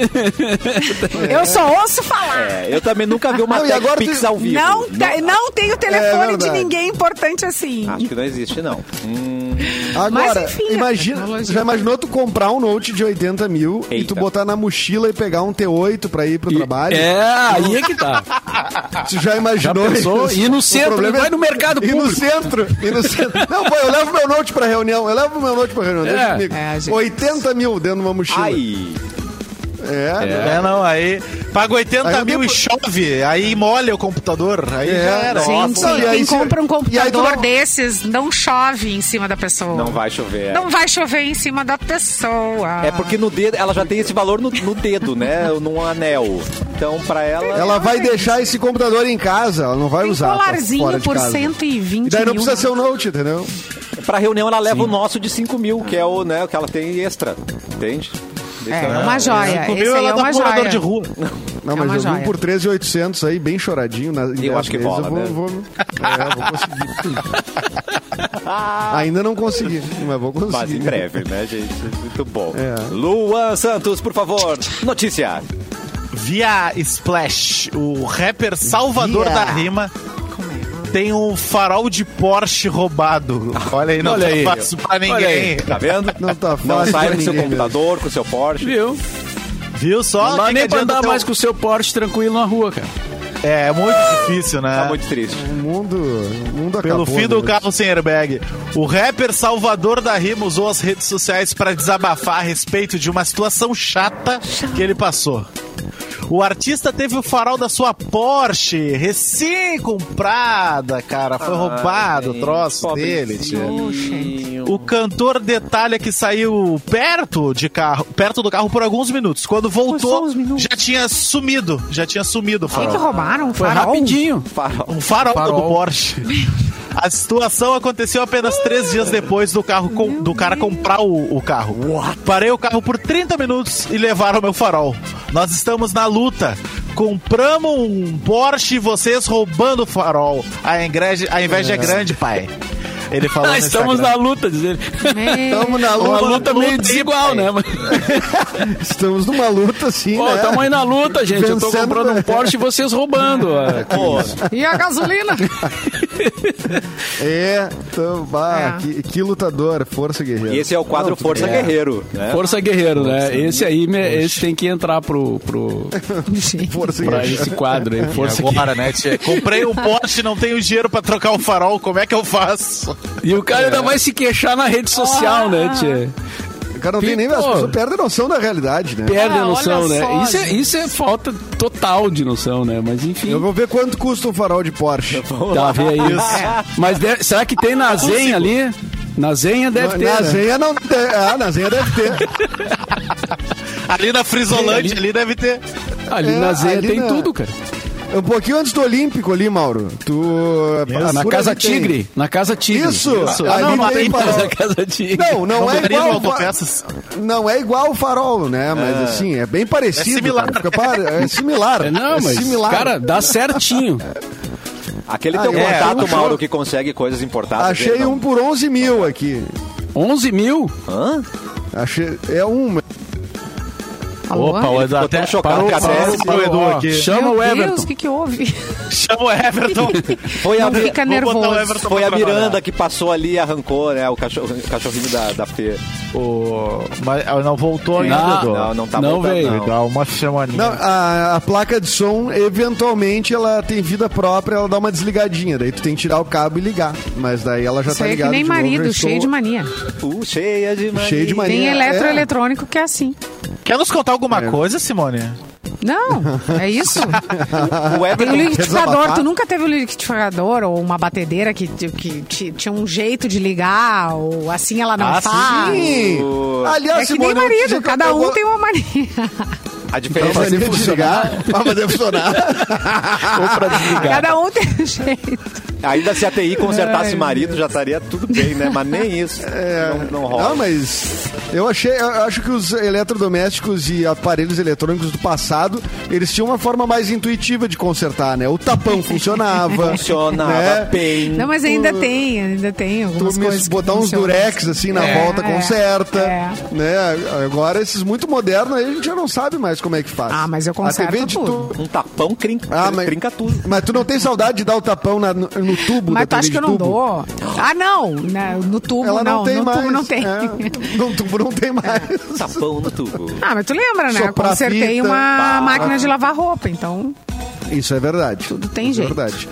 [SPEAKER 2] Eu só ouço falar.
[SPEAKER 1] É, eu também nunca vi uma
[SPEAKER 5] Não, e agora
[SPEAKER 1] TechPix
[SPEAKER 5] tem- É
[SPEAKER 1] ao vivo.
[SPEAKER 2] Não, te- não tenho telefone de
[SPEAKER 5] verdade. Ah,
[SPEAKER 2] ninguém importante assim.
[SPEAKER 1] Acho que não existe, não. Hum,
[SPEAKER 5] Agora,
[SPEAKER 2] Mas, enfim, é a
[SPEAKER 5] imagina,
[SPEAKER 2] tecnologia-
[SPEAKER 5] já imaginou tu comprar um Note de 80 mil e
[SPEAKER 1] Eita.
[SPEAKER 5] tu botar na mochila e pegar um T8 pra ir pro trabalho?
[SPEAKER 4] É, aí é que tá.
[SPEAKER 5] Tu já imaginou
[SPEAKER 4] Já pensou? Ir no
[SPEAKER 5] O
[SPEAKER 4] centro,
[SPEAKER 5] problema
[SPEAKER 4] vai no mercado
[SPEAKER 5] Ir no
[SPEAKER 4] público.
[SPEAKER 5] centro, ir no centro. Não, pô, eu levo meu Note pra reunião, eu levo meu Note pra reunião, deixa
[SPEAKER 4] É.
[SPEAKER 5] comigo.
[SPEAKER 2] É, gente.
[SPEAKER 5] 80 mil dentro de uma mochila.
[SPEAKER 1] ai,
[SPEAKER 5] É,
[SPEAKER 3] É, não, aí paga 80
[SPEAKER 5] Aí eu
[SPEAKER 3] mil
[SPEAKER 5] depo-
[SPEAKER 3] e chove, aí molha o computador, aí
[SPEAKER 5] É,
[SPEAKER 3] já era.
[SPEAKER 5] sim.
[SPEAKER 2] Gente,
[SPEAKER 5] Nossa, e
[SPEAKER 2] quem
[SPEAKER 5] aí se-
[SPEAKER 2] compra um
[SPEAKER 5] e aí tu
[SPEAKER 2] computador
[SPEAKER 5] não-
[SPEAKER 2] desses não chove em cima da pessoa.
[SPEAKER 1] não vai chover.
[SPEAKER 2] Não vai chover em cima da pessoa.
[SPEAKER 1] É porque no dedo, ela já tem esse valor no, no dedo, né? Num anel. Então, pra ela.
[SPEAKER 5] Ela vai deixar esse computador em casa, ela não vai
[SPEAKER 2] tem
[SPEAKER 5] usar. tá fora
[SPEAKER 2] colarzinho
[SPEAKER 5] de
[SPEAKER 2] por
[SPEAKER 5] casa.
[SPEAKER 2] 120
[SPEAKER 5] E daí não
[SPEAKER 2] mil.
[SPEAKER 5] precisa ser um Note, entendeu?
[SPEAKER 1] Pra reunião, ela leva o nosso de 5 mil, que é o, né, o que ela tem extra. Entende?
[SPEAKER 2] É, uma joia.
[SPEAKER 3] Cinco
[SPEAKER 2] Esse aí
[SPEAKER 3] ela
[SPEAKER 2] é
[SPEAKER 5] tá
[SPEAKER 3] dá
[SPEAKER 2] uma
[SPEAKER 3] pro morador
[SPEAKER 2] joia.
[SPEAKER 3] de rua.
[SPEAKER 5] Não,
[SPEAKER 2] É uma
[SPEAKER 5] mas eu vi um
[SPEAKER 2] joia.
[SPEAKER 5] por 13,800 aí, bem choradinho. Na, em
[SPEAKER 1] Eu
[SPEAKER 5] 10
[SPEAKER 1] acho que
[SPEAKER 5] meses
[SPEAKER 1] rola,
[SPEAKER 5] eu vou,
[SPEAKER 1] né?
[SPEAKER 5] vou- é, eu vou conseguir. Ainda não consegui, mas vou conseguir.
[SPEAKER 1] Mas em breve, né, gente? Muito bom.
[SPEAKER 5] É.
[SPEAKER 1] Luan Santos, por favor, notícia.
[SPEAKER 3] Via Splash, o rapper salvador
[SPEAKER 5] Via.
[SPEAKER 3] da rima, tem um farol de Porsche roubado. Olha aí, não
[SPEAKER 4] Olha
[SPEAKER 3] tá
[SPEAKER 4] aí.
[SPEAKER 3] fácil pra ninguém.
[SPEAKER 1] Tá vendo?
[SPEAKER 5] Não tá fácil.
[SPEAKER 1] Não sai
[SPEAKER 5] pra
[SPEAKER 1] com seu
[SPEAKER 5] ninguém, velho.
[SPEAKER 1] computador, com seu Porsche.
[SPEAKER 4] Viu?
[SPEAKER 3] Viu só?
[SPEAKER 4] Não dá
[SPEAKER 3] Que
[SPEAKER 4] nem
[SPEAKER 3] que
[SPEAKER 4] pra
[SPEAKER 3] adianta
[SPEAKER 4] andar
[SPEAKER 3] ter um-
[SPEAKER 4] mais com o seu Porsche tranquilo na rua, cara.
[SPEAKER 3] É, é muito difícil, né?
[SPEAKER 5] Ah.
[SPEAKER 1] Tá muito triste.
[SPEAKER 5] O mundo, o mundo
[SPEAKER 3] Pelo
[SPEAKER 5] acabou.
[SPEAKER 3] fim do
[SPEAKER 5] né?
[SPEAKER 3] carro sem airbag. O rapper Salvador da Rima usou as redes sociais para desabafar a respeito de uma situação chata que ele passou. O artista teve o farol da sua Porsche recém-comprada, cara. Foi roubado o troço dele. tia.
[SPEAKER 2] Oh, gente.
[SPEAKER 3] O cantor detalha que saiu perto de carro, perto do carro por alguns minutos. Quando
[SPEAKER 2] só
[SPEAKER 3] voltou,
[SPEAKER 2] uns minutos.
[SPEAKER 3] já tinha sumido, já tinha sumido o
[SPEAKER 2] Quem
[SPEAKER 3] farol.
[SPEAKER 2] que roubaram?
[SPEAKER 4] Foi
[SPEAKER 2] Farol?
[SPEAKER 4] é rapidinho.
[SPEAKER 1] Farol.
[SPEAKER 3] Um farol,
[SPEAKER 4] Farol.
[SPEAKER 3] do Porsche. A situação aconteceu apenas três dias depois do carro com- do cara comprar o, o carro. Parei o carro por 30 minutos e levaram meu farol. Nós estamos na luta. Compramos um Porsche e vocês roubando o farol. A inveja, a inveja é grande, pai. Ele falou
[SPEAKER 4] Ah,
[SPEAKER 3] no
[SPEAKER 4] estamos
[SPEAKER 3] Instagram.
[SPEAKER 4] na luta, diz ele.
[SPEAKER 2] Meu
[SPEAKER 5] Estamos na
[SPEAKER 4] Uma
[SPEAKER 5] luta,
[SPEAKER 4] luta meio desigual, né? Mas,
[SPEAKER 5] estamos numa luta assim,
[SPEAKER 4] pô,
[SPEAKER 5] né?
[SPEAKER 4] tamo aí na luta, gente. Eu tô
[SPEAKER 5] Vencendo,
[SPEAKER 4] comprando um
[SPEAKER 5] né?
[SPEAKER 4] Porsche e vocês roubando. ó.
[SPEAKER 1] Pô,
[SPEAKER 2] E a gasolina?
[SPEAKER 5] É, então, bah,
[SPEAKER 2] É.
[SPEAKER 5] Que, que lutador, força guerreira.
[SPEAKER 1] e esse é o quadro
[SPEAKER 5] Não, tudo
[SPEAKER 1] Força
[SPEAKER 5] bem.
[SPEAKER 1] Guerreiro. Né?
[SPEAKER 4] Força Guerreiro, né? Esse aí, me- esse tem que entrar pro, pro,
[SPEAKER 2] Gente,
[SPEAKER 5] Força
[SPEAKER 4] pra
[SPEAKER 5] guerreira.
[SPEAKER 4] esse quadro aí. Força Guerreiro.
[SPEAKER 3] Agora, né, tia? Comprei o Porsche, não tenho dinheiro pra trocar o farol. Como é que eu faço?
[SPEAKER 4] E o cara ainda vai se queixar na rede social, né,
[SPEAKER 2] Ah.
[SPEAKER 4] Tchê?
[SPEAKER 5] O cara não tem nem...
[SPEAKER 4] Pô.
[SPEAKER 5] As pessoas perdem noção da realidade, né?
[SPEAKER 4] Perde a
[SPEAKER 2] Ah,
[SPEAKER 4] noção,
[SPEAKER 2] olha
[SPEAKER 4] né?
[SPEAKER 2] só,
[SPEAKER 4] isso, é,
[SPEAKER 2] gente.
[SPEAKER 4] isso é falta total de noção, né? Mas enfim.
[SPEAKER 5] Eu vou ver quanto custa um farol de Porsche.
[SPEAKER 4] Tá, vê aí. Mas deve- será que tem na Zenha ali? Na Zenha deve ter.
[SPEAKER 5] na
[SPEAKER 4] né?
[SPEAKER 5] Zenha não tem. Ah, na Zenha deve ter.
[SPEAKER 3] Ali na Frisolante,
[SPEAKER 4] Tem
[SPEAKER 3] ali deve ter.
[SPEAKER 4] Ali
[SPEAKER 5] É,
[SPEAKER 4] na Zenha
[SPEAKER 5] ali
[SPEAKER 4] tem
[SPEAKER 5] na-
[SPEAKER 4] tudo, cara.
[SPEAKER 5] É Um pouquinho antes do Olímpico ali, Mauro. Tu.
[SPEAKER 3] Isso.
[SPEAKER 5] Ah,
[SPEAKER 4] Na
[SPEAKER 5] por
[SPEAKER 4] Casa
[SPEAKER 5] ali tem.
[SPEAKER 4] Tigre. Na Casa Tigre.
[SPEAKER 5] Isso!
[SPEAKER 3] Isso.
[SPEAKER 5] Ali
[SPEAKER 3] Ah, não,
[SPEAKER 5] tem
[SPEAKER 3] mas-
[SPEAKER 5] farol.
[SPEAKER 4] Na Casa Tigre.
[SPEAKER 5] Não, não é
[SPEAKER 3] Comprei
[SPEAKER 5] igual. o fa-
[SPEAKER 3] autopeças.
[SPEAKER 5] Não é igual o farol, né? Mas assim, é bem parecido.
[SPEAKER 3] É similar.
[SPEAKER 5] cara. Fica par- É similar.
[SPEAKER 4] É, não,
[SPEAKER 5] é
[SPEAKER 4] mas,
[SPEAKER 5] similar. É.
[SPEAKER 4] cara, dá certinho.
[SPEAKER 1] Aquele
[SPEAKER 5] Ah,
[SPEAKER 1] teu
[SPEAKER 5] eu achei
[SPEAKER 1] contato,
[SPEAKER 5] um show.
[SPEAKER 1] Mauro, que consegue coisas importadas.
[SPEAKER 5] Achei
[SPEAKER 1] ele Ah, não-
[SPEAKER 5] um por 11 mil aqui.
[SPEAKER 4] 11 mil?
[SPEAKER 1] Hã?
[SPEAKER 5] Achei. É um.
[SPEAKER 2] Alô?
[SPEAKER 3] Opa,
[SPEAKER 1] Ficou tão chocado que até
[SPEAKER 3] parou, parou, Edu
[SPEAKER 4] ó,
[SPEAKER 3] aqui.
[SPEAKER 4] Chama
[SPEAKER 2] Meu
[SPEAKER 4] o
[SPEAKER 2] Deus,
[SPEAKER 4] Everton.
[SPEAKER 2] o que que
[SPEAKER 5] Tá,
[SPEAKER 2] houve?
[SPEAKER 3] Chama o Everton.
[SPEAKER 1] foi a,
[SPEAKER 2] Não fica
[SPEAKER 3] Vou botar o
[SPEAKER 2] nervoso.
[SPEAKER 3] Everton.
[SPEAKER 1] foi a
[SPEAKER 3] pra
[SPEAKER 1] Miranda
[SPEAKER 3] trabalhar.
[SPEAKER 1] que passou ali e arrancou né, o, cachorro, o cachorrinho da, da Fê.
[SPEAKER 3] O... Mas ah, não voltou ainda,
[SPEAKER 4] Não,
[SPEAKER 3] Dodô.
[SPEAKER 1] Não, não tá
[SPEAKER 4] Não
[SPEAKER 1] voltando,
[SPEAKER 4] veio.
[SPEAKER 1] não.
[SPEAKER 3] Dá uma chamaninha.
[SPEAKER 5] Não, a, a placa de som, eventualmente, ela tem vida própria, ela dá uma desligadinha. Daí tu tem que tirar o cabo e ligar. Mas daí ela já
[SPEAKER 2] Isso
[SPEAKER 5] tá
[SPEAKER 2] aí é que
[SPEAKER 5] ligada.
[SPEAKER 2] nem
[SPEAKER 5] de novo, já
[SPEAKER 2] marido,
[SPEAKER 5] estou-
[SPEAKER 2] cheio de mania.
[SPEAKER 1] Uh, cheia de mania.
[SPEAKER 5] Cheio de mania.
[SPEAKER 2] Tem
[SPEAKER 5] É.
[SPEAKER 2] eletroeletrônico que é assim.
[SPEAKER 3] Quer nos contar alguma coisa, Simone?
[SPEAKER 2] Não, é isso.
[SPEAKER 1] O
[SPEAKER 2] Tem o
[SPEAKER 1] Everton
[SPEAKER 2] liquidificador.
[SPEAKER 5] desabafar?
[SPEAKER 2] Tu nunca teve um liquidificador ou uma batedeira que, que te- tinha um jeito de ligar ou assim ela não
[SPEAKER 3] Ah,
[SPEAKER 2] faz?
[SPEAKER 5] Sim. Aliás,
[SPEAKER 2] É que nem
[SPEAKER 5] Simone, outro dia
[SPEAKER 2] marido,
[SPEAKER 5] eu
[SPEAKER 2] cada
[SPEAKER 5] pegou-
[SPEAKER 2] um tem uma mania.
[SPEAKER 1] A
[SPEAKER 5] Pra
[SPEAKER 1] diferença é
[SPEAKER 5] fazer
[SPEAKER 1] que
[SPEAKER 5] funcionar. Pra fazer funcionar.
[SPEAKER 2] Cada um tem um jeito.
[SPEAKER 1] ainda se a TI consertasse
[SPEAKER 2] É.
[SPEAKER 1] marido, já estaria tudo bem, né? Mas nem isso. Não, não rola.
[SPEAKER 5] Não, mas eu achei, eu acho que os eletrodomésticos e aparelhos eletrônicos do passado, eles tinham uma forma mais intuitiva de consertar, né? O tapão funcionava.
[SPEAKER 1] Funcionava
[SPEAKER 5] né?
[SPEAKER 1] bem.
[SPEAKER 2] Não, mas ainda tem, ainda tem
[SPEAKER 5] Tu
[SPEAKER 2] algumas
[SPEAKER 5] me-
[SPEAKER 2] coisas. que
[SPEAKER 5] botar uns
[SPEAKER 2] funcionam.
[SPEAKER 5] durex assim na
[SPEAKER 2] É,
[SPEAKER 5] volta,
[SPEAKER 2] é,
[SPEAKER 5] conserta.
[SPEAKER 2] é.
[SPEAKER 5] Né? Agora esses muito modernos aí a gente já não sabe mais como é que faz.
[SPEAKER 2] Ah, mas eu conserto
[SPEAKER 5] a TV de
[SPEAKER 2] tudo.
[SPEAKER 5] tu-
[SPEAKER 1] Um tapão crinca,
[SPEAKER 5] Ah, mas-
[SPEAKER 1] trinca tudo.
[SPEAKER 5] Mas tu não tem saudade de dar o tapão na- no, no tubo da
[SPEAKER 2] Mas tu
[SPEAKER 5] TV
[SPEAKER 2] acha que
[SPEAKER 5] de
[SPEAKER 2] eu não
[SPEAKER 5] tubo?
[SPEAKER 2] dou? Ah, não. na- No tubo
[SPEAKER 5] Ela não,
[SPEAKER 2] não.
[SPEAKER 5] tem
[SPEAKER 2] no
[SPEAKER 5] mais.
[SPEAKER 2] tubo não tem.
[SPEAKER 5] É, no tubo não tem mais.
[SPEAKER 1] Um Tapão né, no tubo.
[SPEAKER 2] Ah, mas tu lembra, né? Eu
[SPEAKER 5] Soprar
[SPEAKER 2] consertei
[SPEAKER 5] fita.
[SPEAKER 2] uma
[SPEAKER 1] Ah.
[SPEAKER 2] máquina de lavar roupa, então
[SPEAKER 5] Isso é verdade.
[SPEAKER 2] Tudo tem
[SPEAKER 5] Isso
[SPEAKER 2] jeito.
[SPEAKER 5] É verdade.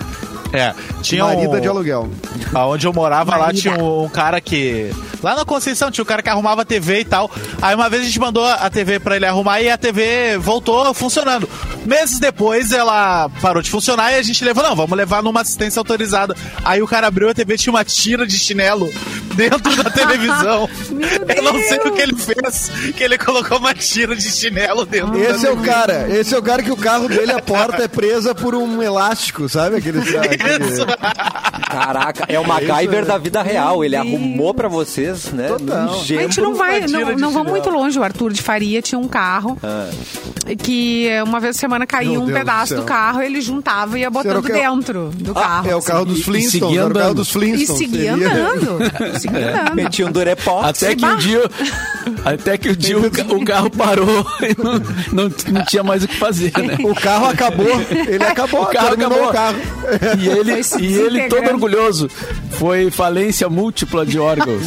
[SPEAKER 3] É, tinha
[SPEAKER 5] Marida
[SPEAKER 3] um...
[SPEAKER 5] de aluguel.
[SPEAKER 3] Aonde eu morava lá
[SPEAKER 2] Marida.
[SPEAKER 3] tinha um cara que. Lá na Conceição tinha um cara que arrumava a TV e tal. Aí uma vez a gente mandou a TV pra ele arrumar e a TV voltou funcionando. Meses depois ela parou de funcionar e a gente levou, não, vamos levar numa assistência autorizada. Aí o cara abriu a TV tinha uma tira de chinelo dentro da televisão.
[SPEAKER 2] Meu
[SPEAKER 3] eu não sei o
[SPEAKER 2] Deus!
[SPEAKER 3] que ele fez, que ele colocou uma tira de chinelo dentro da
[SPEAKER 5] Esse é o cara, esse é o cara que o carro dele, a porta é presa por um elástico, sabe? é Aquele, aquele...
[SPEAKER 1] Caraca, é o MacGyver da vida real. Ele arrumou pra vocês, né?
[SPEAKER 5] Total.
[SPEAKER 1] Um
[SPEAKER 2] A
[SPEAKER 1] gênio.
[SPEAKER 2] gente não vai,
[SPEAKER 3] uma tira
[SPEAKER 2] não,
[SPEAKER 3] de
[SPEAKER 2] não vamos
[SPEAKER 3] chinelo.
[SPEAKER 2] muito longe. O Arthur de Faria tinha um carro que uma vez por semana caiu
[SPEAKER 5] É. Meu
[SPEAKER 2] um
[SPEAKER 5] Deus do
[SPEAKER 2] pedaço do,
[SPEAKER 5] céu.
[SPEAKER 2] carro, ele juntava e ia
[SPEAKER 5] Será
[SPEAKER 2] botando
[SPEAKER 5] que é o-
[SPEAKER 2] dentro do carro. assim.
[SPEAKER 5] É o carro
[SPEAKER 4] E-
[SPEAKER 5] dos
[SPEAKER 4] e
[SPEAKER 5] Flintstones,
[SPEAKER 4] seguia
[SPEAKER 5] era o carro
[SPEAKER 4] andando.
[SPEAKER 5] dos
[SPEAKER 2] E
[SPEAKER 5] Flintstones.
[SPEAKER 2] seguia
[SPEAKER 5] seria. É.
[SPEAKER 2] andando. Seguia andando.
[SPEAKER 1] Metia um durepox.
[SPEAKER 4] Até que, um dia, até que o dia o, ca- o carro parou e não, não, não tinha mais o que fazer, né?
[SPEAKER 5] O carro acabou, ele acabou,
[SPEAKER 4] O carro acabou.
[SPEAKER 5] terminou o carro.
[SPEAKER 4] E ele,
[SPEAKER 2] Foi se
[SPEAKER 4] e ele todo
[SPEAKER 2] desintegrando.
[SPEAKER 4] orgulhoso. Foi falência múltipla de órgãos.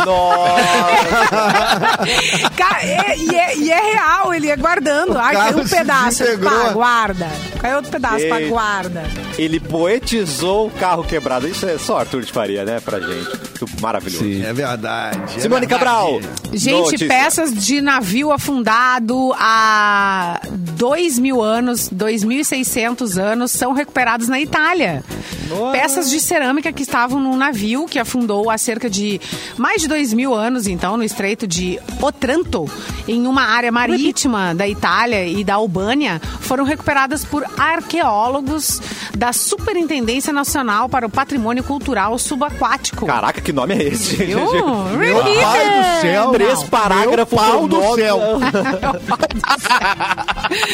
[SPEAKER 2] Ca- é- e, é, e é real, ele ia guardando. Ai,
[SPEAKER 5] carro
[SPEAKER 2] caiu um
[SPEAKER 5] se
[SPEAKER 2] pedaço.
[SPEAKER 5] desintegrou.
[SPEAKER 2] Pá, guarda. Caiu outro pedaço, pá,
[SPEAKER 1] Eita.
[SPEAKER 2] guarda.
[SPEAKER 1] Ele poetizou o carro quebrado. Isso é só Arthur de Faria, né? Pra gente. Muito Maravilhoso.
[SPEAKER 5] É verdade.
[SPEAKER 1] Simone Cabral.
[SPEAKER 2] Gente,
[SPEAKER 1] notícia.
[SPEAKER 2] peças de navio afundado há dois mil anos, 2.600 anos, são recuperadas na Itália. Peças de cerâmica que estavam num navio que afundou há cerca de mais de dois mil anos, então, no estreito de Otranto, em uma área marítima da Itália e da Albânia, foram recuperadas por arqueólogos da Superintendência Nacional para o Patrimônio Cultural Subaquático. Oh,
[SPEAKER 1] Caraca, que nome é esse?
[SPEAKER 2] Viu?
[SPEAKER 5] Meu
[SPEAKER 2] Repeater!
[SPEAKER 5] pai do céu.
[SPEAKER 1] Três
[SPEAKER 2] Não.
[SPEAKER 1] parágrafos
[SPEAKER 5] Meu pau
[SPEAKER 1] por
[SPEAKER 5] do
[SPEAKER 1] nome.
[SPEAKER 5] céu.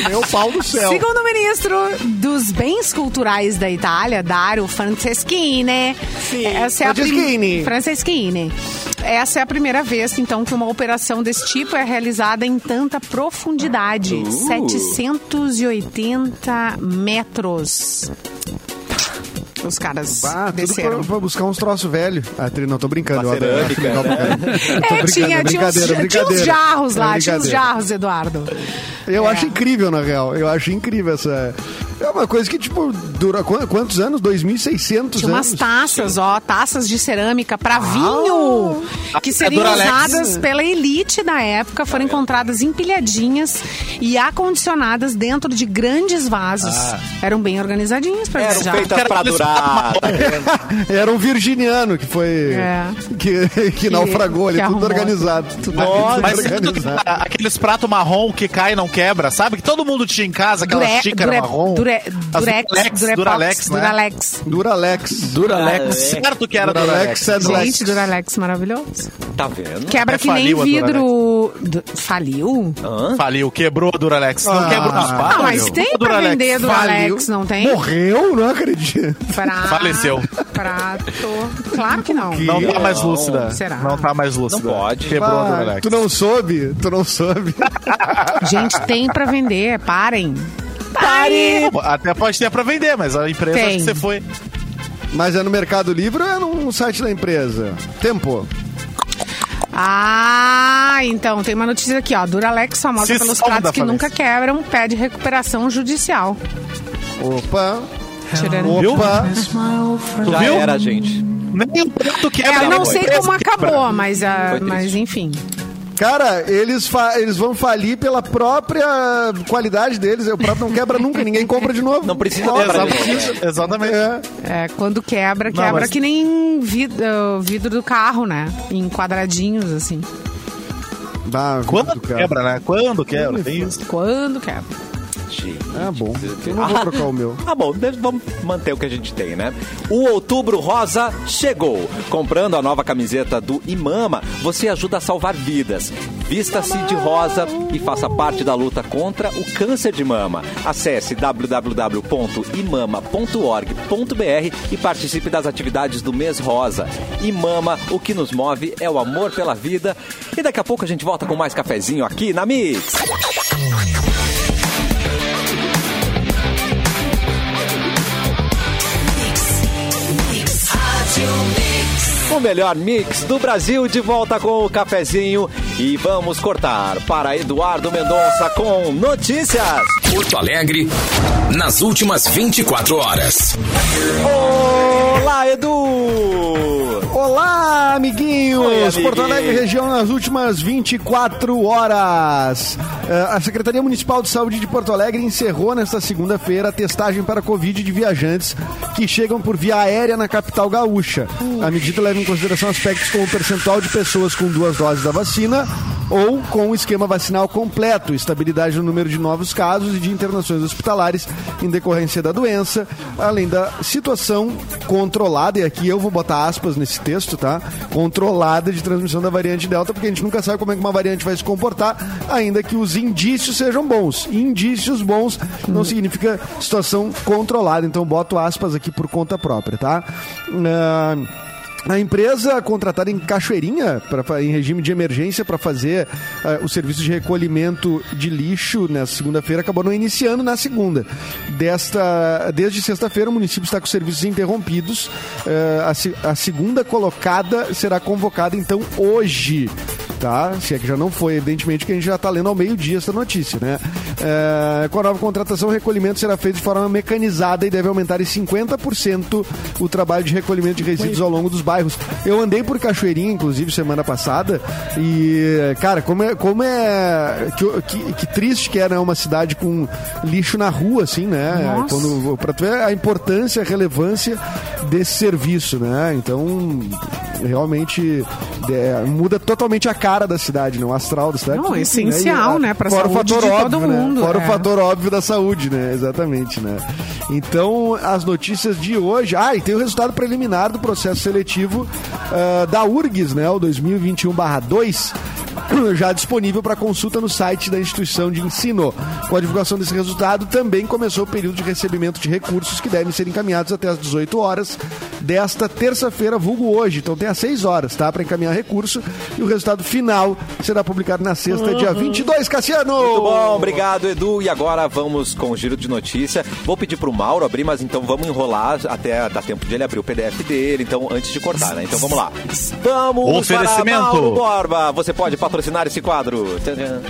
[SPEAKER 5] Meu pau do céu.
[SPEAKER 2] Segundo o ministro dos Bens Culturais da Itália, Dario Franceschini, essa é a prim-
[SPEAKER 5] Franceschini.
[SPEAKER 2] Franceschini. Essa é a primeira vez, então, que uma operação desse tipo é realizada em tanta profundidade.
[SPEAKER 1] Uh.
[SPEAKER 2] 780 metros. Os caras
[SPEAKER 5] Ah, tudo pra,
[SPEAKER 2] desceram.
[SPEAKER 5] pra buscar uns troços velhos. Ah, tri- não, tô brincando.
[SPEAKER 1] Uma
[SPEAKER 5] eu adoro.
[SPEAKER 1] cerâmica,
[SPEAKER 5] Legal pra
[SPEAKER 1] né?
[SPEAKER 5] caralho. Tô
[SPEAKER 2] É,
[SPEAKER 5] brincando,
[SPEAKER 2] tinha, tinha, uns,
[SPEAKER 5] brincadeira,
[SPEAKER 2] tinha uns
[SPEAKER 5] brincadeira.
[SPEAKER 2] jarros lá,
[SPEAKER 5] É
[SPEAKER 2] tinha uns
[SPEAKER 5] brincadeira.
[SPEAKER 2] jarros, Eduardo.
[SPEAKER 5] Eu
[SPEAKER 2] É.
[SPEAKER 5] acho incrível, na real. Eu acho incrível essa... É uma coisa que, tipo, dura qu- quantos anos? 2.600
[SPEAKER 2] Tinha umas
[SPEAKER 5] anos?
[SPEAKER 2] taças, ó, taças de cerâmica para vinho, que seriam
[SPEAKER 3] Duralex.
[SPEAKER 2] usadas pela elite da época, foram encontradas empilhadinhas e acondicionadas dentro de grandes vasos.
[SPEAKER 3] Ah.
[SPEAKER 2] Eram bem organizadinhas para
[SPEAKER 1] Eram
[SPEAKER 2] viajar.
[SPEAKER 1] feitas pra durar.
[SPEAKER 5] Era um virginiano que foi...
[SPEAKER 2] É.
[SPEAKER 5] Que, que, naufragou ali,
[SPEAKER 2] que
[SPEAKER 5] tudo
[SPEAKER 2] arrumou.
[SPEAKER 5] organizado. Tudo
[SPEAKER 3] Mas sabe
[SPEAKER 5] organizado.
[SPEAKER 3] aquele- aqueles pratos marrom que cai e não quebra, sabe? Que todo mundo tinha em casa, aquela
[SPEAKER 2] Dure-
[SPEAKER 3] xícara
[SPEAKER 2] dure-
[SPEAKER 3] marrom.
[SPEAKER 2] dure-
[SPEAKER 3] As
[SPEAKER 2] Durex,
[SPEAKER 3] Duralex,
[SPEAKER 2] Durepox,
[SPEAKER 3] Duralex, né?
[SPEAKER 2] Duralex.
[SPEAKER 5] Duralex.
[SPEAKER 2] Ah,
[SPEAKER 4] Duralex.
[SPEAKER 2] é.
[SPEAKER 3] Certo que era Duralex.
[SPEAKER 5] Duralex.
[SPEAKER 2] Gente, Duralex maravilhoso.
[SPEAKER 1] Tá vendo?
[SPEAKER 2] Quebra
[SPEAKER 3] É,
[SPEAKER 2] que nem
[SPEAKER 3] faliu a
[SPEAKER 2] vidro. Du- Faliu?
[SPEAKER 3] Faliu, quebrou a Duralex.
[SPEAKER 5] Ah.
[SPEAKER 3] não quebrou os
[SPEAKER 2] Ah,
[SPEAKER 3] patos.
[SPEAKER 2] mas tem pra
[SPEAKER 3] Duralex.
[SPEAKER 2] vender Duralex, não tem?
[SPEAKER 5] Morreu? Não acredito.
[SPEAKER 2] Pra-
[SPEAKER 3] Faleceu.
[SPEAKER 2] Prato. Claro que não.
[SPEAKER 3] Não tá mais lúcida.
[SPEAKER 2] Será?
[SPEAKER 3] Não tá mais lúcida.
[SPEAKER 1] Não pode.
[SPEAKER 3] Quebrou a
[SPEAKER 5] Ah,
[SPEAKER 3] Duralex.
[SPEAKER 5] tu não soube? Tu não soube?
[SPEAKER 2] Gente, tem pra vender, parem. Parem!
[SPEAKER 3] Até pode ter pra vender, mas a empresa
[SPEAKER 2] Tem.
[SPEAKER 3] acho que você foi.
[SPEAKER 5] Mas é no Mercado Livre ou é num site da empresa? Tempo.
[SPEAKER 2] Ah, então, tem uma notícia aqui, ó. Duralex, famosa
[SPEAKER 3] Se
[SPEAKER 2] pelos
[SPEAKER 3] salva
[SPEAKER 2] pratos
[SPEAKER 3] da
[SPEAKER 2] que nunca
[SPEAKER 3] falência.
[SPEAKER 2] quebram, pede recuperação judicial.
[SPEAKER 5] Opa.
[SPEAKER 2] Tirando.
[SPEAKER 3] Viu?
[SPEAKER 5] Opa.
[SPEAKER 3] Tu
[SPEAKER 1] Já
[SPEAKER 3] viu?
[SPEAKER 1] era, gente.
[SPEAKER 3] Nem o prato
[SPEAKER 2] É,
[SPEAKER 3] quebra.
[SPEAKER 2] eu não
[SPEAKER 3] mas a
[SPEAKER 2] sei
[SPEAKER 3] empresa
[SPEAKER 2] como
[SPEAKER 3] quebra.
[SPEAKER 2] acabou, mas, ah,
[SPEAKER 1] Foi triste.
[SPEAKER 2] mas enfim.
[SPEAKER 5] Cara, eles, fa- eles vão falir pela própria qualidade deles. O prato não quebra nunca, ninguém compra de novo.
[SPEAKER 1] Não precisa
[SPEAKER 5] Ó,
[SPEAKER 1] comprar
[SPEAKER 5] sabe
[SPEAKER 1] de novo.
[SPEAKER 5] disso?
[SPEAKER 3] Exatamente.
[SPEAKER 5] É.
[SPEAKER 2] É, quando quebra, quebra
[SPEAKER 3] mas-
[SPEAKER 2] que nem vid- uh, vidro do carro, né? Em quadradinhos, assim.
[SPEAKER 5] Bah,
[SPEAKER 3] Quando
[SPEAKER 5] do cara.
[SPEAKER 3] quebra, né? Quando quebra, tem isso.
[SPEAKER 2] Quando quebra.
[SPEAKER 5] Ah, bom. Eu não vou trocar o meu.
[SPEAKER 1] Ah, bom, deve- vamos manter o que a gente tem, né? O Outubro Rosa chegou. Comprando a nova camiseta do Imama, você ajuda a salvar vidas. Vista-se de rosa e faça parte da luta contra o câncer de mama. Acesse www.imama.org.br e participe das atividades do mês rosa. Imama, o que nos move é o amor pela vida. E daqui a pouco a gente volta com mais cafezinho aqui na Mix. O melhor mix do Brasil de volta com o cafezinho e vamos cortar para Eduardo Mendonça com notícias.
[SPEAKER 7] Porto Alegre, nas últimas 24 horas.
[SPEAKER 1] Olá, Edu!
[SPEAKER 5] Olá, amiguinhos!
[SPEAKER 1] Oi, amiguinho.
[SPEAKER 5] Porto Alegre região nas últimas 24 horas. Eh, A Secretaria Municipal de Saúde de Porto Alegre encerrou nesta segunda-feira a testagem para Covid de viajantes que chegam por via aérea na capital gaúcha. A medida leva em consideração aspectos como o percentual de pessoas com duas doses da vacina ou com o esquema vacinal completo, estabilidade no número de novos casos e de internações hospitalares em decorrência da doença, além da situação controlada, e aqui eu vou botar aspas nesse texto, tá? Controlada de transmissão da variante Delta, porque a gente nunca sabe como é que uma variante vai se comportar, ainda que os indícios sejam bons. Indícios bons não significa situação controlada, então boto aspas aqui por conta própria, tá? Ah, a empresa contratada em Cachoeirinha, pra, fa- em regime de emergência, para fazer eh, o serviço de recolhimento de lixo nessa segunda-feira, acabou não iniciando na segunda. Desta, desde sexta-feira, o município está com os serviços interrompidos. Eh, a, se- a segunda colocada será convocada, então, hoje. Tá? Se é que já não foi, evidentemente, que a gente já está lendo ao meio-dia essa notícia, né? Eh, com a nova contratação, o recolhimento será feito de forma mecanizada e deve aumentar em 50% o trabalho de recolhimento de resíduos ao longo dos bairros. Eu andei por Cachoeirinha, inclusive, semana passada, e, cara, como é. Como é que, que- que triste que é, né? Uma cidade com lixo na rua, assim, né?
[SPEAKER 2] Nossa.
[SPEAKER 5] Quando, pra tu ver a importância, a relevância desse serviço, né? Então, realmente é, muda totalmente a cara da cidade, né? O astral da cidade.
[SPEAKER 2] Não,
[SPEAKER 5] Tudo,
[SPEAKER 2] é essencial,
[SPEAKER 5] E,
[SPEAKER 2] né, pra
[SPEAKER 5] fora o
[SPEAKER 2] saúde
[SPEAKER 5] fator
[SPEAKER 2] de
[SPEAKER 5] óbvio,
[SPEAKER 2] todo
[SPEAKER 5] né?
[SPEAKER 2] mundo,
[SPEAKER 5] Fora
[SPEAKER 2] é.
[SPEAKER 5] o fator óbvio da saúde, né? Exatamente, né? Então, as notícias de hoje. Ah, e tem o resultado preliminar do processo seletivo ah, da URGS, né? O 2021-2. Já disponível para consulta no site da instituição de ensino. Com a divulgação desse resultado, também começou o período de recebimento de recursos que devem ser encaminhados até às 18 horas desta terça-feira, vulgo hoje. Então tem às 6 horas, tá? Para encaminhar recurso. E o resultado final será publicado na sexta, dia 22, Cassiano!
[SPEAKER 1] Uhum. Muito bom, obrigado, Edu. E agora vamos com o giro de notícia. Vou pedir pro Mauro abrir, mas então vamos enrolar até dar tempo de ele abrir o PDF dele, então antes de cortar, né? Então vamos lá. Vamos para
[SPEAKER 3] Oferecimento.
[SPEAKER 1] Mauro Borba. Você pode patrocinar esse quadro. Tcharam.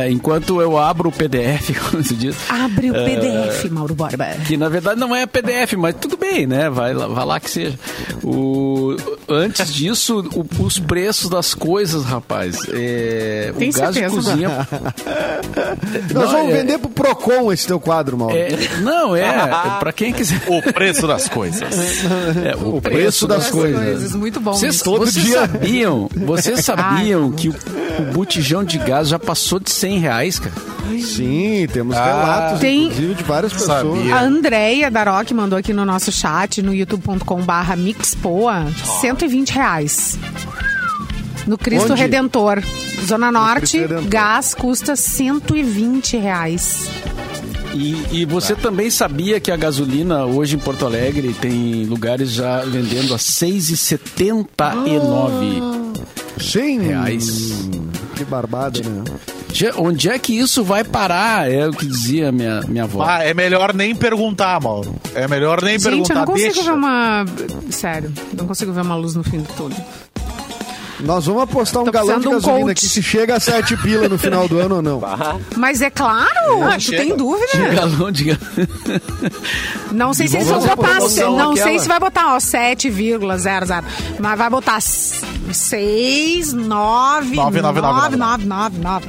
[SPEAKER 4] É, enquanto eu abro o PDF, como se diz.
[SPEAKER 2] Abre
[SPEAKER 3] É.
[SPEAKER 2] o PDF, Mauro Borba.
[SPEAKER 4] Que na verdade não é PDF, mas tudo bem, né? Vai lá, vai lá que seja. O, antes disso, o- os preços das coisas, rapaz. É,
[SPEAKER 2] Tem
[SPEAKER 4] o gás de
[SPEAKER 2] certeza, né?
[SPEAKER 4] cozinha.
[SPEAKER 5] Nós
[SPEAKER 4] Não,
[SPEAKER 5] vamos
[SPEAKER 4] é-
[SPEAKER 5] vender pro Procon esse teu quadro, Mauro.
[SPEAKER 4] é- não, é. Pra quem quiser.
[SPEAKER 3] O preço das coisas.
[SPEAKER 4] É, o,
[SPEAKER 5] preço das coisas.
[SPEAKER 3] é.
[SPEAKER 2] Muito bom.
[SPEAKER 4] Vocês,
[SPEAKER 2] isso.
[SPEAKER 5] todo
[SPEAKER 4] vocês
[SPEAKER 5] dia. Ah.
[SPEAKER 4] sabiam, vocês sabiam que o, o botijão de gás já passou de 100 reais, cara?
[SPEAKER 5] Sim, temos relatos,
[SPEAKER 2] Tem-
[SPEAKER 5] inclusive, de várias pessoas.
[SPEAKER 3] Sabia.
[SPEAKER 2] A Andréia Daroc mandou aqui no nosso chat, no youtube.com barra mixpoa, 120 reais. No Cristo
[SPEAKER 5] Onde?
[SPEAKER 2] Redentor. Zona Norte,
[SPEAKER 5] Redentor.
[SPEAKER 2] gás custa 120 reais.
[SPEAKER 4] E, e você
[SPEAKER 5] Tá.
[SPEAKER 4] também sabia que a gasolina hoje em Porto Alegre tem lugares já vendendo a
[SPEAKER 5] Ah.
[SPEAKER 4] 6,79
[SPEAKER 5] Sim.
[SPEAKER 4] reais.
[SPEAKER 5] Que barbada, né?
[SPEAKER 4] Je- Onde é que isso vai parar? É o que dizia minha, minha avó.
[SPEAKER 3] Ah, é melhor nem perguntar, Mauro. É melhor nem
[SPEAKER 2] Gente,
[SPEAKER 3] perguntar.
[SPEAKER 2] eu não consigo
[SPEAKER 3] Deixa.
[SPEAKER 2] ver uma... Sério, não consigo ver uma luz no fim do túnel.
[SPEAKER 5] Nós vamos apostar um
[SPEAKER 2] Tô
[SPEAKER 5] galão de
[SPEAKER 2] precisando de um
[SPEAKER 5] gasolina
[SPEAKER 2] coach.
[SPEAKER 5] aqui se chega a sete pila no final do ano ou não.
[SPEAKER 2] Mas é claro, tu tem dúvida.
[SPEAKER 4] Galão de gás.
[SPEAKER 2] Não sei se eles vão
[SPEAKER 5] Vamos fazer
[SPEAKER 2] botar,
[SPEAKER 5] promoção
[SPEAKER 2] não sei
[SPEAKER 5] aquela.
[SPEAKER 2] se vai botar, ó, 7,00, mas vai botar 6, 9, 9, 9, 9, 9, 9, 9.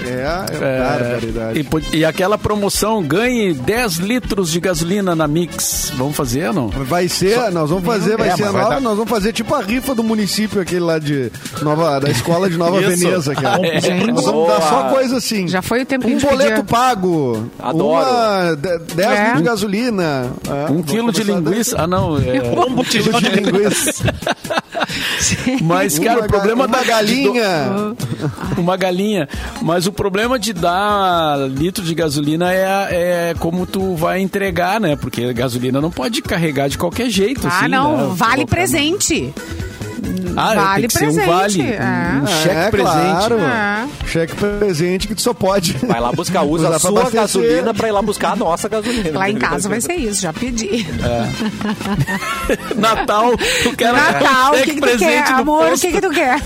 [SPEAKER 5] É, é cara, caridade.
[SPEAKER 4] E, po- e aquela promoção, ganhe 10 litros de gasolina na Mix. Vamos fazer, não?
[SPEAKER 5] Vai ser, nós vamos fazer, vai
[SPEAKER 3] É,
[SPEAKER 5] ser a
[SPEAKER 3] mas vai
[SPEAKER 5] nova,
[SPEAKER 3] dar-
[SPEAKER 5] nós vamos fazer tipo a rifa do município, aquele lá de Nova, da escola de Nova
[SPEAKER 3] Isso.
[SPEAKER 5] Veneza, cara.
[SPEAKER 3] É.
[SPEAKER 2] Gente.
[SPEAKER 5] Nós vamos dar
[SPEAKER 1] Boa.
[SPEAKER 5] só coisa assim.
[SPEAKER 2] Já foi o tempo que a
[SPEAKER 5] Um
[SPEAKER 2] gente
[SPEAKER 5] boleto
[SPEAKER 2] podia-
[SPEAKER 5] pago.
[SPEAKER 1] Adoro.
[SPEAKER 5] Uma, de- 10
[SPEAKER 2] É.
[SPEAKER 5] litros de gasolina. Ah,
[SPEAKER 4] Um
[SPEAKER 5] vamos
[SPEAKER 4] quilo de
[SPEAKER 5] começar
[SPEAKER 4] linguiça. Ah, não. É...
[SPEAKER 3] Um botijão de linguiça.
[SPEAKER 4] Mas,
[SPEAKER 5] daí.
[SPEAKER 4] cara,
[SPEAKER 5] Uma
[SPEAKER 4] o
[SPEAKER 5] ga-
[SPEAKER 4] problema
[SPEAKER 5] uma
[SPEAKER 4] da
[SPEAKER 5] galinha.
[SPEAKER 4] Uma galinha. Mas o problema de dar litro de gasolina é, a- é como tu vai entregar, né? Porque a gasolina não pode carregar de qualquer jeito.
[SPEAKER 2] Ah,
[SPEAKER 4] assim,
[SPEAKER 2] não,
[SPEAKER 4] né?
[SPEAKER 2] vale
[SPEAKER 4] Colocar-
[SPEAKER 2] presente.
[SPEAKER 4] Ah,
[SPEAKER 2] Vale
[SPEAKER 4] tem que ser um
[SPEAKER 2] presente,
[SPEAKER 4] vale.
[SPEAKER 2] é.
[SPEAKER 4] Um cheque
[SPEAKER 5] é,
[SPEAKER 4] presente.
[SPEAKER 5] Claro.
[SPEAKER 2] É.
[SPEAKER 5] Cheque presente que tu só pode.
[SPEAKER 1] Vai lá buscar, usa
[SPEAKER 5] Usar
[SPEAKER 1] a
[SPEAKER 5] pra
[SPEAKER 1] sua
[SPEAKER 5] abastecer.
[SPEAKER 1] gasolina pra ir lá buscar a nossa gasolina.
[SPEAKER 2] Lá em casa vai ser isso, já pedi.
[SPEAKER 4] Natal, tu quer
[SPEAKER 2] Natal, o que,
[SPEAKER 4] cheque
[SPEAKER 2] que tu
[SPEAKER 4] presente
[SPEAKER 2] quer?
[SPEAKER 4] no
[SPEAKER 2] Amor, o
[SPEAKER 4] posto.
[SPEAKER 2] que, que tu quer?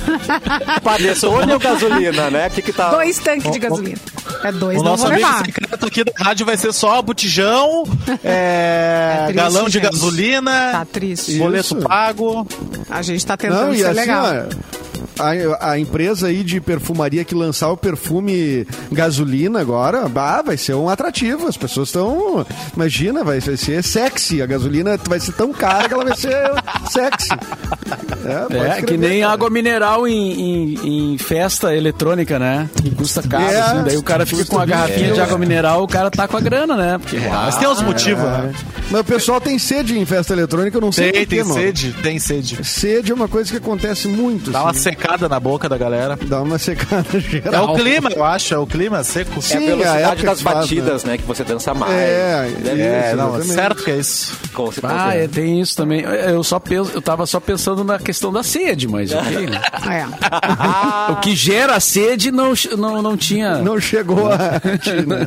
[SPEAKER 1] Panetone ou gasolina, né? O que que tá...
[SPEAKER 2] Dois tanques de gasolina. É dois,
[SPEAKER 3] O
[SPEAKER 2] não
[SPEAKER 3] nosso
[SPEAKER 2] vou
[SPEAKER 3] amigo
[SPEAKER 2] levar.
[SPEAKER 3] secreto aqui da rádio vai ser só botijão, é,
[SPEAKER 2] triste,
[SPEAKER 3] galão de
[SPEAKER 2] gente.
[SPEAKER 3] gasolina,
[SPEAKER 2] Tá triste.
[SPEAKER 3] boleto
[SPEAKER 5] Isso.
[SPEAKER 3] pago.
[SPEAKER 2] A gente tá tentando
[SPEAKER 5] Não, e
[SPEAKER 2] ser
[SPEAKER 5] assim,
[SPEAKER 2] legal.
[SPEAKER 5] ó, a, a empresa aí de perfumaria que lançar o perfume gasolina agora, bah, vai ser um atrativo. As pessoas estão. Imagina, vai, vai ser sexy. A gasolina vai ser tão cara que ela vai ser sexy. pode
[SPEAKER 4] É,
[SPEAKER 5] escrever,
[SPEAKER 4] que nem
[SPEAKER 5] cara.
[SPEAKER 4] água mineral em, em- em festa eletrônica, né? Que custa caro,
[SPEAKER 5] É,
[SPEAKER 4] assim. Daí o cara fica com a garrafinha de água mineral, o cara tá com a grana, né? Porque
[SPEAKER 5] É.
[SPEAKER 3] Mas tem uns
[SPEAKER 2] Ah,
[SPEAKER 3] motivos,
[SPEAKER 2] é.
[SPEAKER 3] né?
[SPEAKER 5] Ah. Mas o pessoal tem sede em festa eletrônica, eu não sei
[SPEAKER 3] Tem,
[SPEAKER 5] por
[SPEAKER 3] tem,
[SPEAKER 5] quê, mano.
[SPEAKER 3] sede, tem sede.
[SPEAKER 5] Sede é uma coisa que acontece muito.
[SPEAKER 3] Dá uma
[SPEAKER 5] assim.
[SPEAKER 3] secada na boca da galera.
[SPEAKER 5] Dá uma secada
[SPEAKER 3] É
[SPEAKER 5] geral.
[SPEAKER 3] o clima, eu acho, é o clima seco.
[SPEAKER 1] É a
[SPEAKER 5] Sim, a
[SPEAKER 1] velocidade
[SPEAKER 5] época
[SPEAKER 1] das
[SPEAKER 5] que faz,
[SPEAKER 1] batidas, né? Que você dança mais.
[SPEAKER 5] É,
[SPEAKER 1] Deve-
[SPEAKER 5] isso,
[SPEAKER 3] É, não, é
[SPEAKER 5] exatamente.
[SPEAKER 3] certo que é isso.
[SPEAKER 1] com certeza.
[SPEAKER 4] Ah, é, tem isso também. Eu só penso, eu tava só pensando na questão da sede, mas ok, né?
[SPEAKER 2] É.
[SPEAKER 4] O que gera sede não, não, não tinha.
[SPEAKER 5] Não chegou a.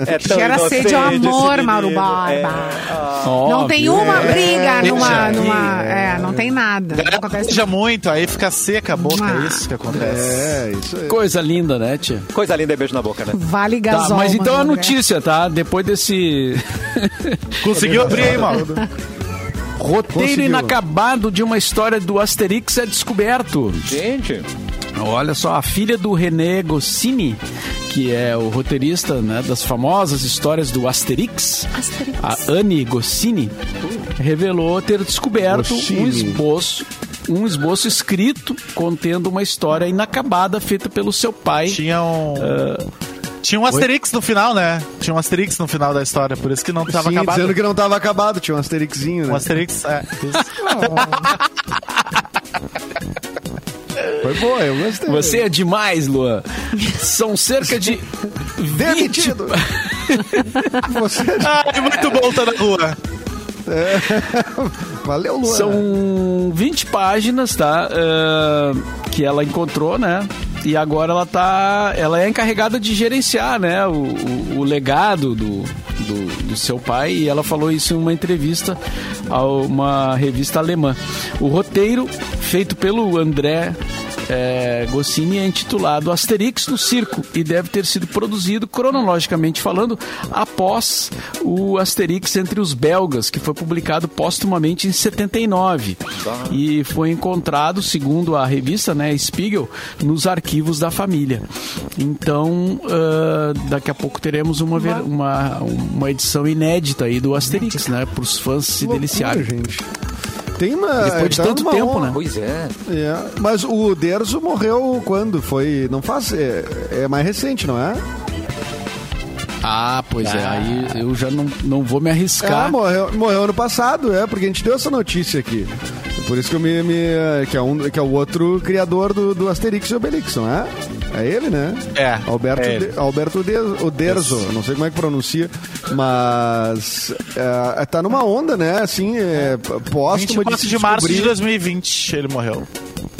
[SPEAKER 1] É tão
[SPEAKER 2] Gera sede ao
[SPEAKER 1] inocente esse
[SPEAKER 2] amor,
[SPEAKER 1] menino. É.
[SPEAKER 2] Mauro Borba. Não
[SPEAKER 4] Óbvio. é
[SPEAKER 2] tem uma briga numa.
[SPEAKER 3] Deixa
[SPEAKER 2] numa
[SPEAKER 3] aqui.
[SPEAKER 2] é, não tem nada. Não acontece
[SPEAKER 3] Beija muito, aí fica seca a boca,
[SPEAKER 2] Ah.
[SPEAKER 3] é isso que acontece.
[SPEAKER 5] É, isso aí.
[SPEAKER 4] Coisa linda, né, tia?
[SPEAKER 1] Coisa linda é beijo na boca, né?
[SPEAKER 2] Vale
[SPEAKER 4] Tá,
[SPEAKER 2] gasol.
[SPEAKER 4] mas então a
[SPEAKER 2] mandou, né?
[SPEAKER 4] notícia, tá? Depois desse
[SPEAKER 2] É.
[SPEAKER 3] Conseguiu abrir aí, mano.
[SPEAKER 4] roteiro
[SPEAKER 5] Conseguiu.
[SPEAKER 4] inacabado de uma história do Asterix é descoberto.
[SPEAKER 1] Gente,
[SPEAKER 4] Olha só, a filha do René Goscinny, que é o roteirista né, das famosas histórias do Asterix,
[SPEAKER 2] Asterix.
[SPEAKER 4] a Anne Goscinny, revelou ter descoberto um
[SPEAKER 5] Goscinny.
[SPEAKER 4] esboço, um esboço escrito contendo uma história inacabada feita pelo seu pai.
[SPEAKER 3] Tinha um. Tinha um Asterix no final, né? Tinha um Asterix no final da história, por isso que não tava
[SPEAKER 5] Sim,
[SPEAKER 3] acabado.
[SPEAKER 5] dizendo que não tava acabado, tinha um asterixinho, né?
[SPEAKER 3] Um Asterix, é. isso.
[SPEAKER 5] Foi boa, eu gostei.
[SPEAKER 4] Você é demais, Luan. São cerca de 20
[SPEAKER 5] Demitido! Você...
[SPEAKER 3] Ai, muito bom tá na rua.
[SPEAKER 5] Valeu, Luan.
[SPEAKER 4] São 20 páginas, tá? Ah, que ela encontrou, né? E agora ela tá. Ela é encarregada de gerenciar, né? O, o- o legado do, do, do seu pai. E ela falou isso em uma entrevista a uma revista alemã. O roteiro, feito pelo André. É, Goscinny é intitulado Asterix no Circo e deve ter sido produzido, cronologicamente falando, após o Asterix entre os belgas, que foi publicado postumamente em 79 e foi encontrado, segundo a revista né, Spiegel, nos arquivos da família. Então, ah, daqui a pouco teremos uma, ver- uma, uma edição inédita aí do Asterix, né, para os fãs se
[SPEAKER 5] Loucura,
[SPEAKER 4] deliciarem.
[SPEAKER 5] gente. Tem uma.
[SPEAKER 4] Depois de
[SPEAKER 5] tá
[SPEAKER 4] tanto
[SPEAKER 5] numa
[SPEAKER 4] tempo,
[SPEAKER 5] onda.
[SPEAKER 4] né?
[SPEAKER 1] pois é.
[SPEAKER 5] É, Mas o Derzo morreu quando? Foi. Não faz. É, é mais recente, não é?
[SPEAKER 4] Ah, pois é, aí eu já não, não vou me arriscar.
[SPEAKER 5] É, morreu, morreu ano passado, é, porque a gente deu essa notícia aqui. Por isso que eu me. me- que, é um, que é o outro criador do, do Asterix e Obelix, não é? É ele, né?
[SPEAKER 3] É,
[SPEAKER 5] Alberto,
[SPEAKER 3] é ele.
[SPEAKER 5] De, Alberto De, Oderzo, não sei como é que pronuncia, mas. É, tá numa onda, né? Assim, é, póstuma de,
[SPEAKER 3] 24
[SPEAKER 5] se
[SPEAKER 3] de março de
[SPEAKER 5] descobrir-
[SPEAKER 3] 2020 ele morreu.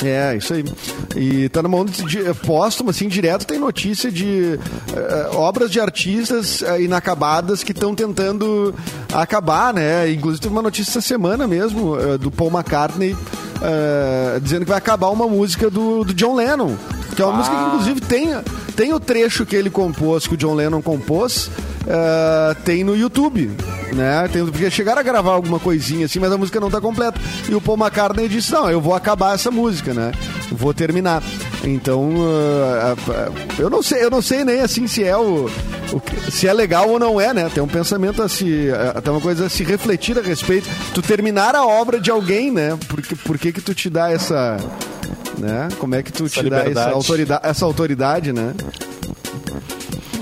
[SPEAKER 5] é, isso aí. E tá numa onda de- de- póstuma, assim, direto tem notícia de eh, obras de artistas eh, inacabadas que estão tentando acabar, né? Inclusive teve uma notícia essa semana mesmo eh, do Paul McCartney eh, dizendo que vai acabar uma música do, do John Lennon. Que é uma música que, inclusive, tem, tem o trecho que ele compôs, que o John Lennon compôs, eh, tem no YouTube né? Tem, porque chegaram a gravar alguma coisinha assim, mas a música não tá completa. E o Paul McCartney disse: Não, eu vou acabar essa música, né? vou terminar. Então, ah, ah, eu não sei, eu não sei nem assim se é o, o que- se é legal ou não é, né? Tem um pensamento a se, até uma coisa a se refletir a respeito. Tu terminar a obra de alguém, né? Por que, por que que tu te dá essa, né? Como é que tu te dá essa
[SPEAKER 3] liberdade.
[SPEAKER 5] autoridade, essa autoridade, né?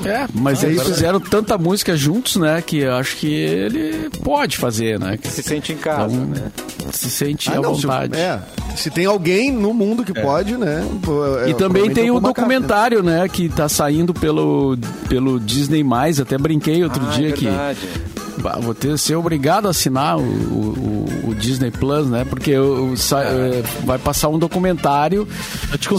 [SPEAKER 4] É, mas eles fizeram tanta música juntos, né? Que eu acho que ele pode fazer, né? Que
[SPEAKER 1] Se sente em casa,
[SPEAKER 4] Então,
[SPEAKER 1] né?
[SPEAKER 4] se sente
[SPEAKER 5] Ah,
[SPEAKER 4] à
[SPEAKER 5] não, se-
[SPEAKER 4] vontade.
[SPEAKER 5] é, se tem alguém no mundo que pode, né? Pô, é,
[SPEAKER 4] E também
[SPEAKER 5] provavelmente
[SPEAKER 4] tem
[SPEAKER 5] é
[SPEAKER 4] o
[SPEAKER 5] Paul McCartney.
[SPEAKER 4] documentário, né, que tá saindo pelo, pelo Disney+, até brinquei outro
[SPEAKER 1] Ah, é
[SPEAKER 4] dia que
[SPEAKER 1] verdade.
[SPEAKER 4] Bah, vou ter ser obrigado a assinar o, o- o- o Disney Plus, né? Porque eu- eu sa- eh, vai passar um documentário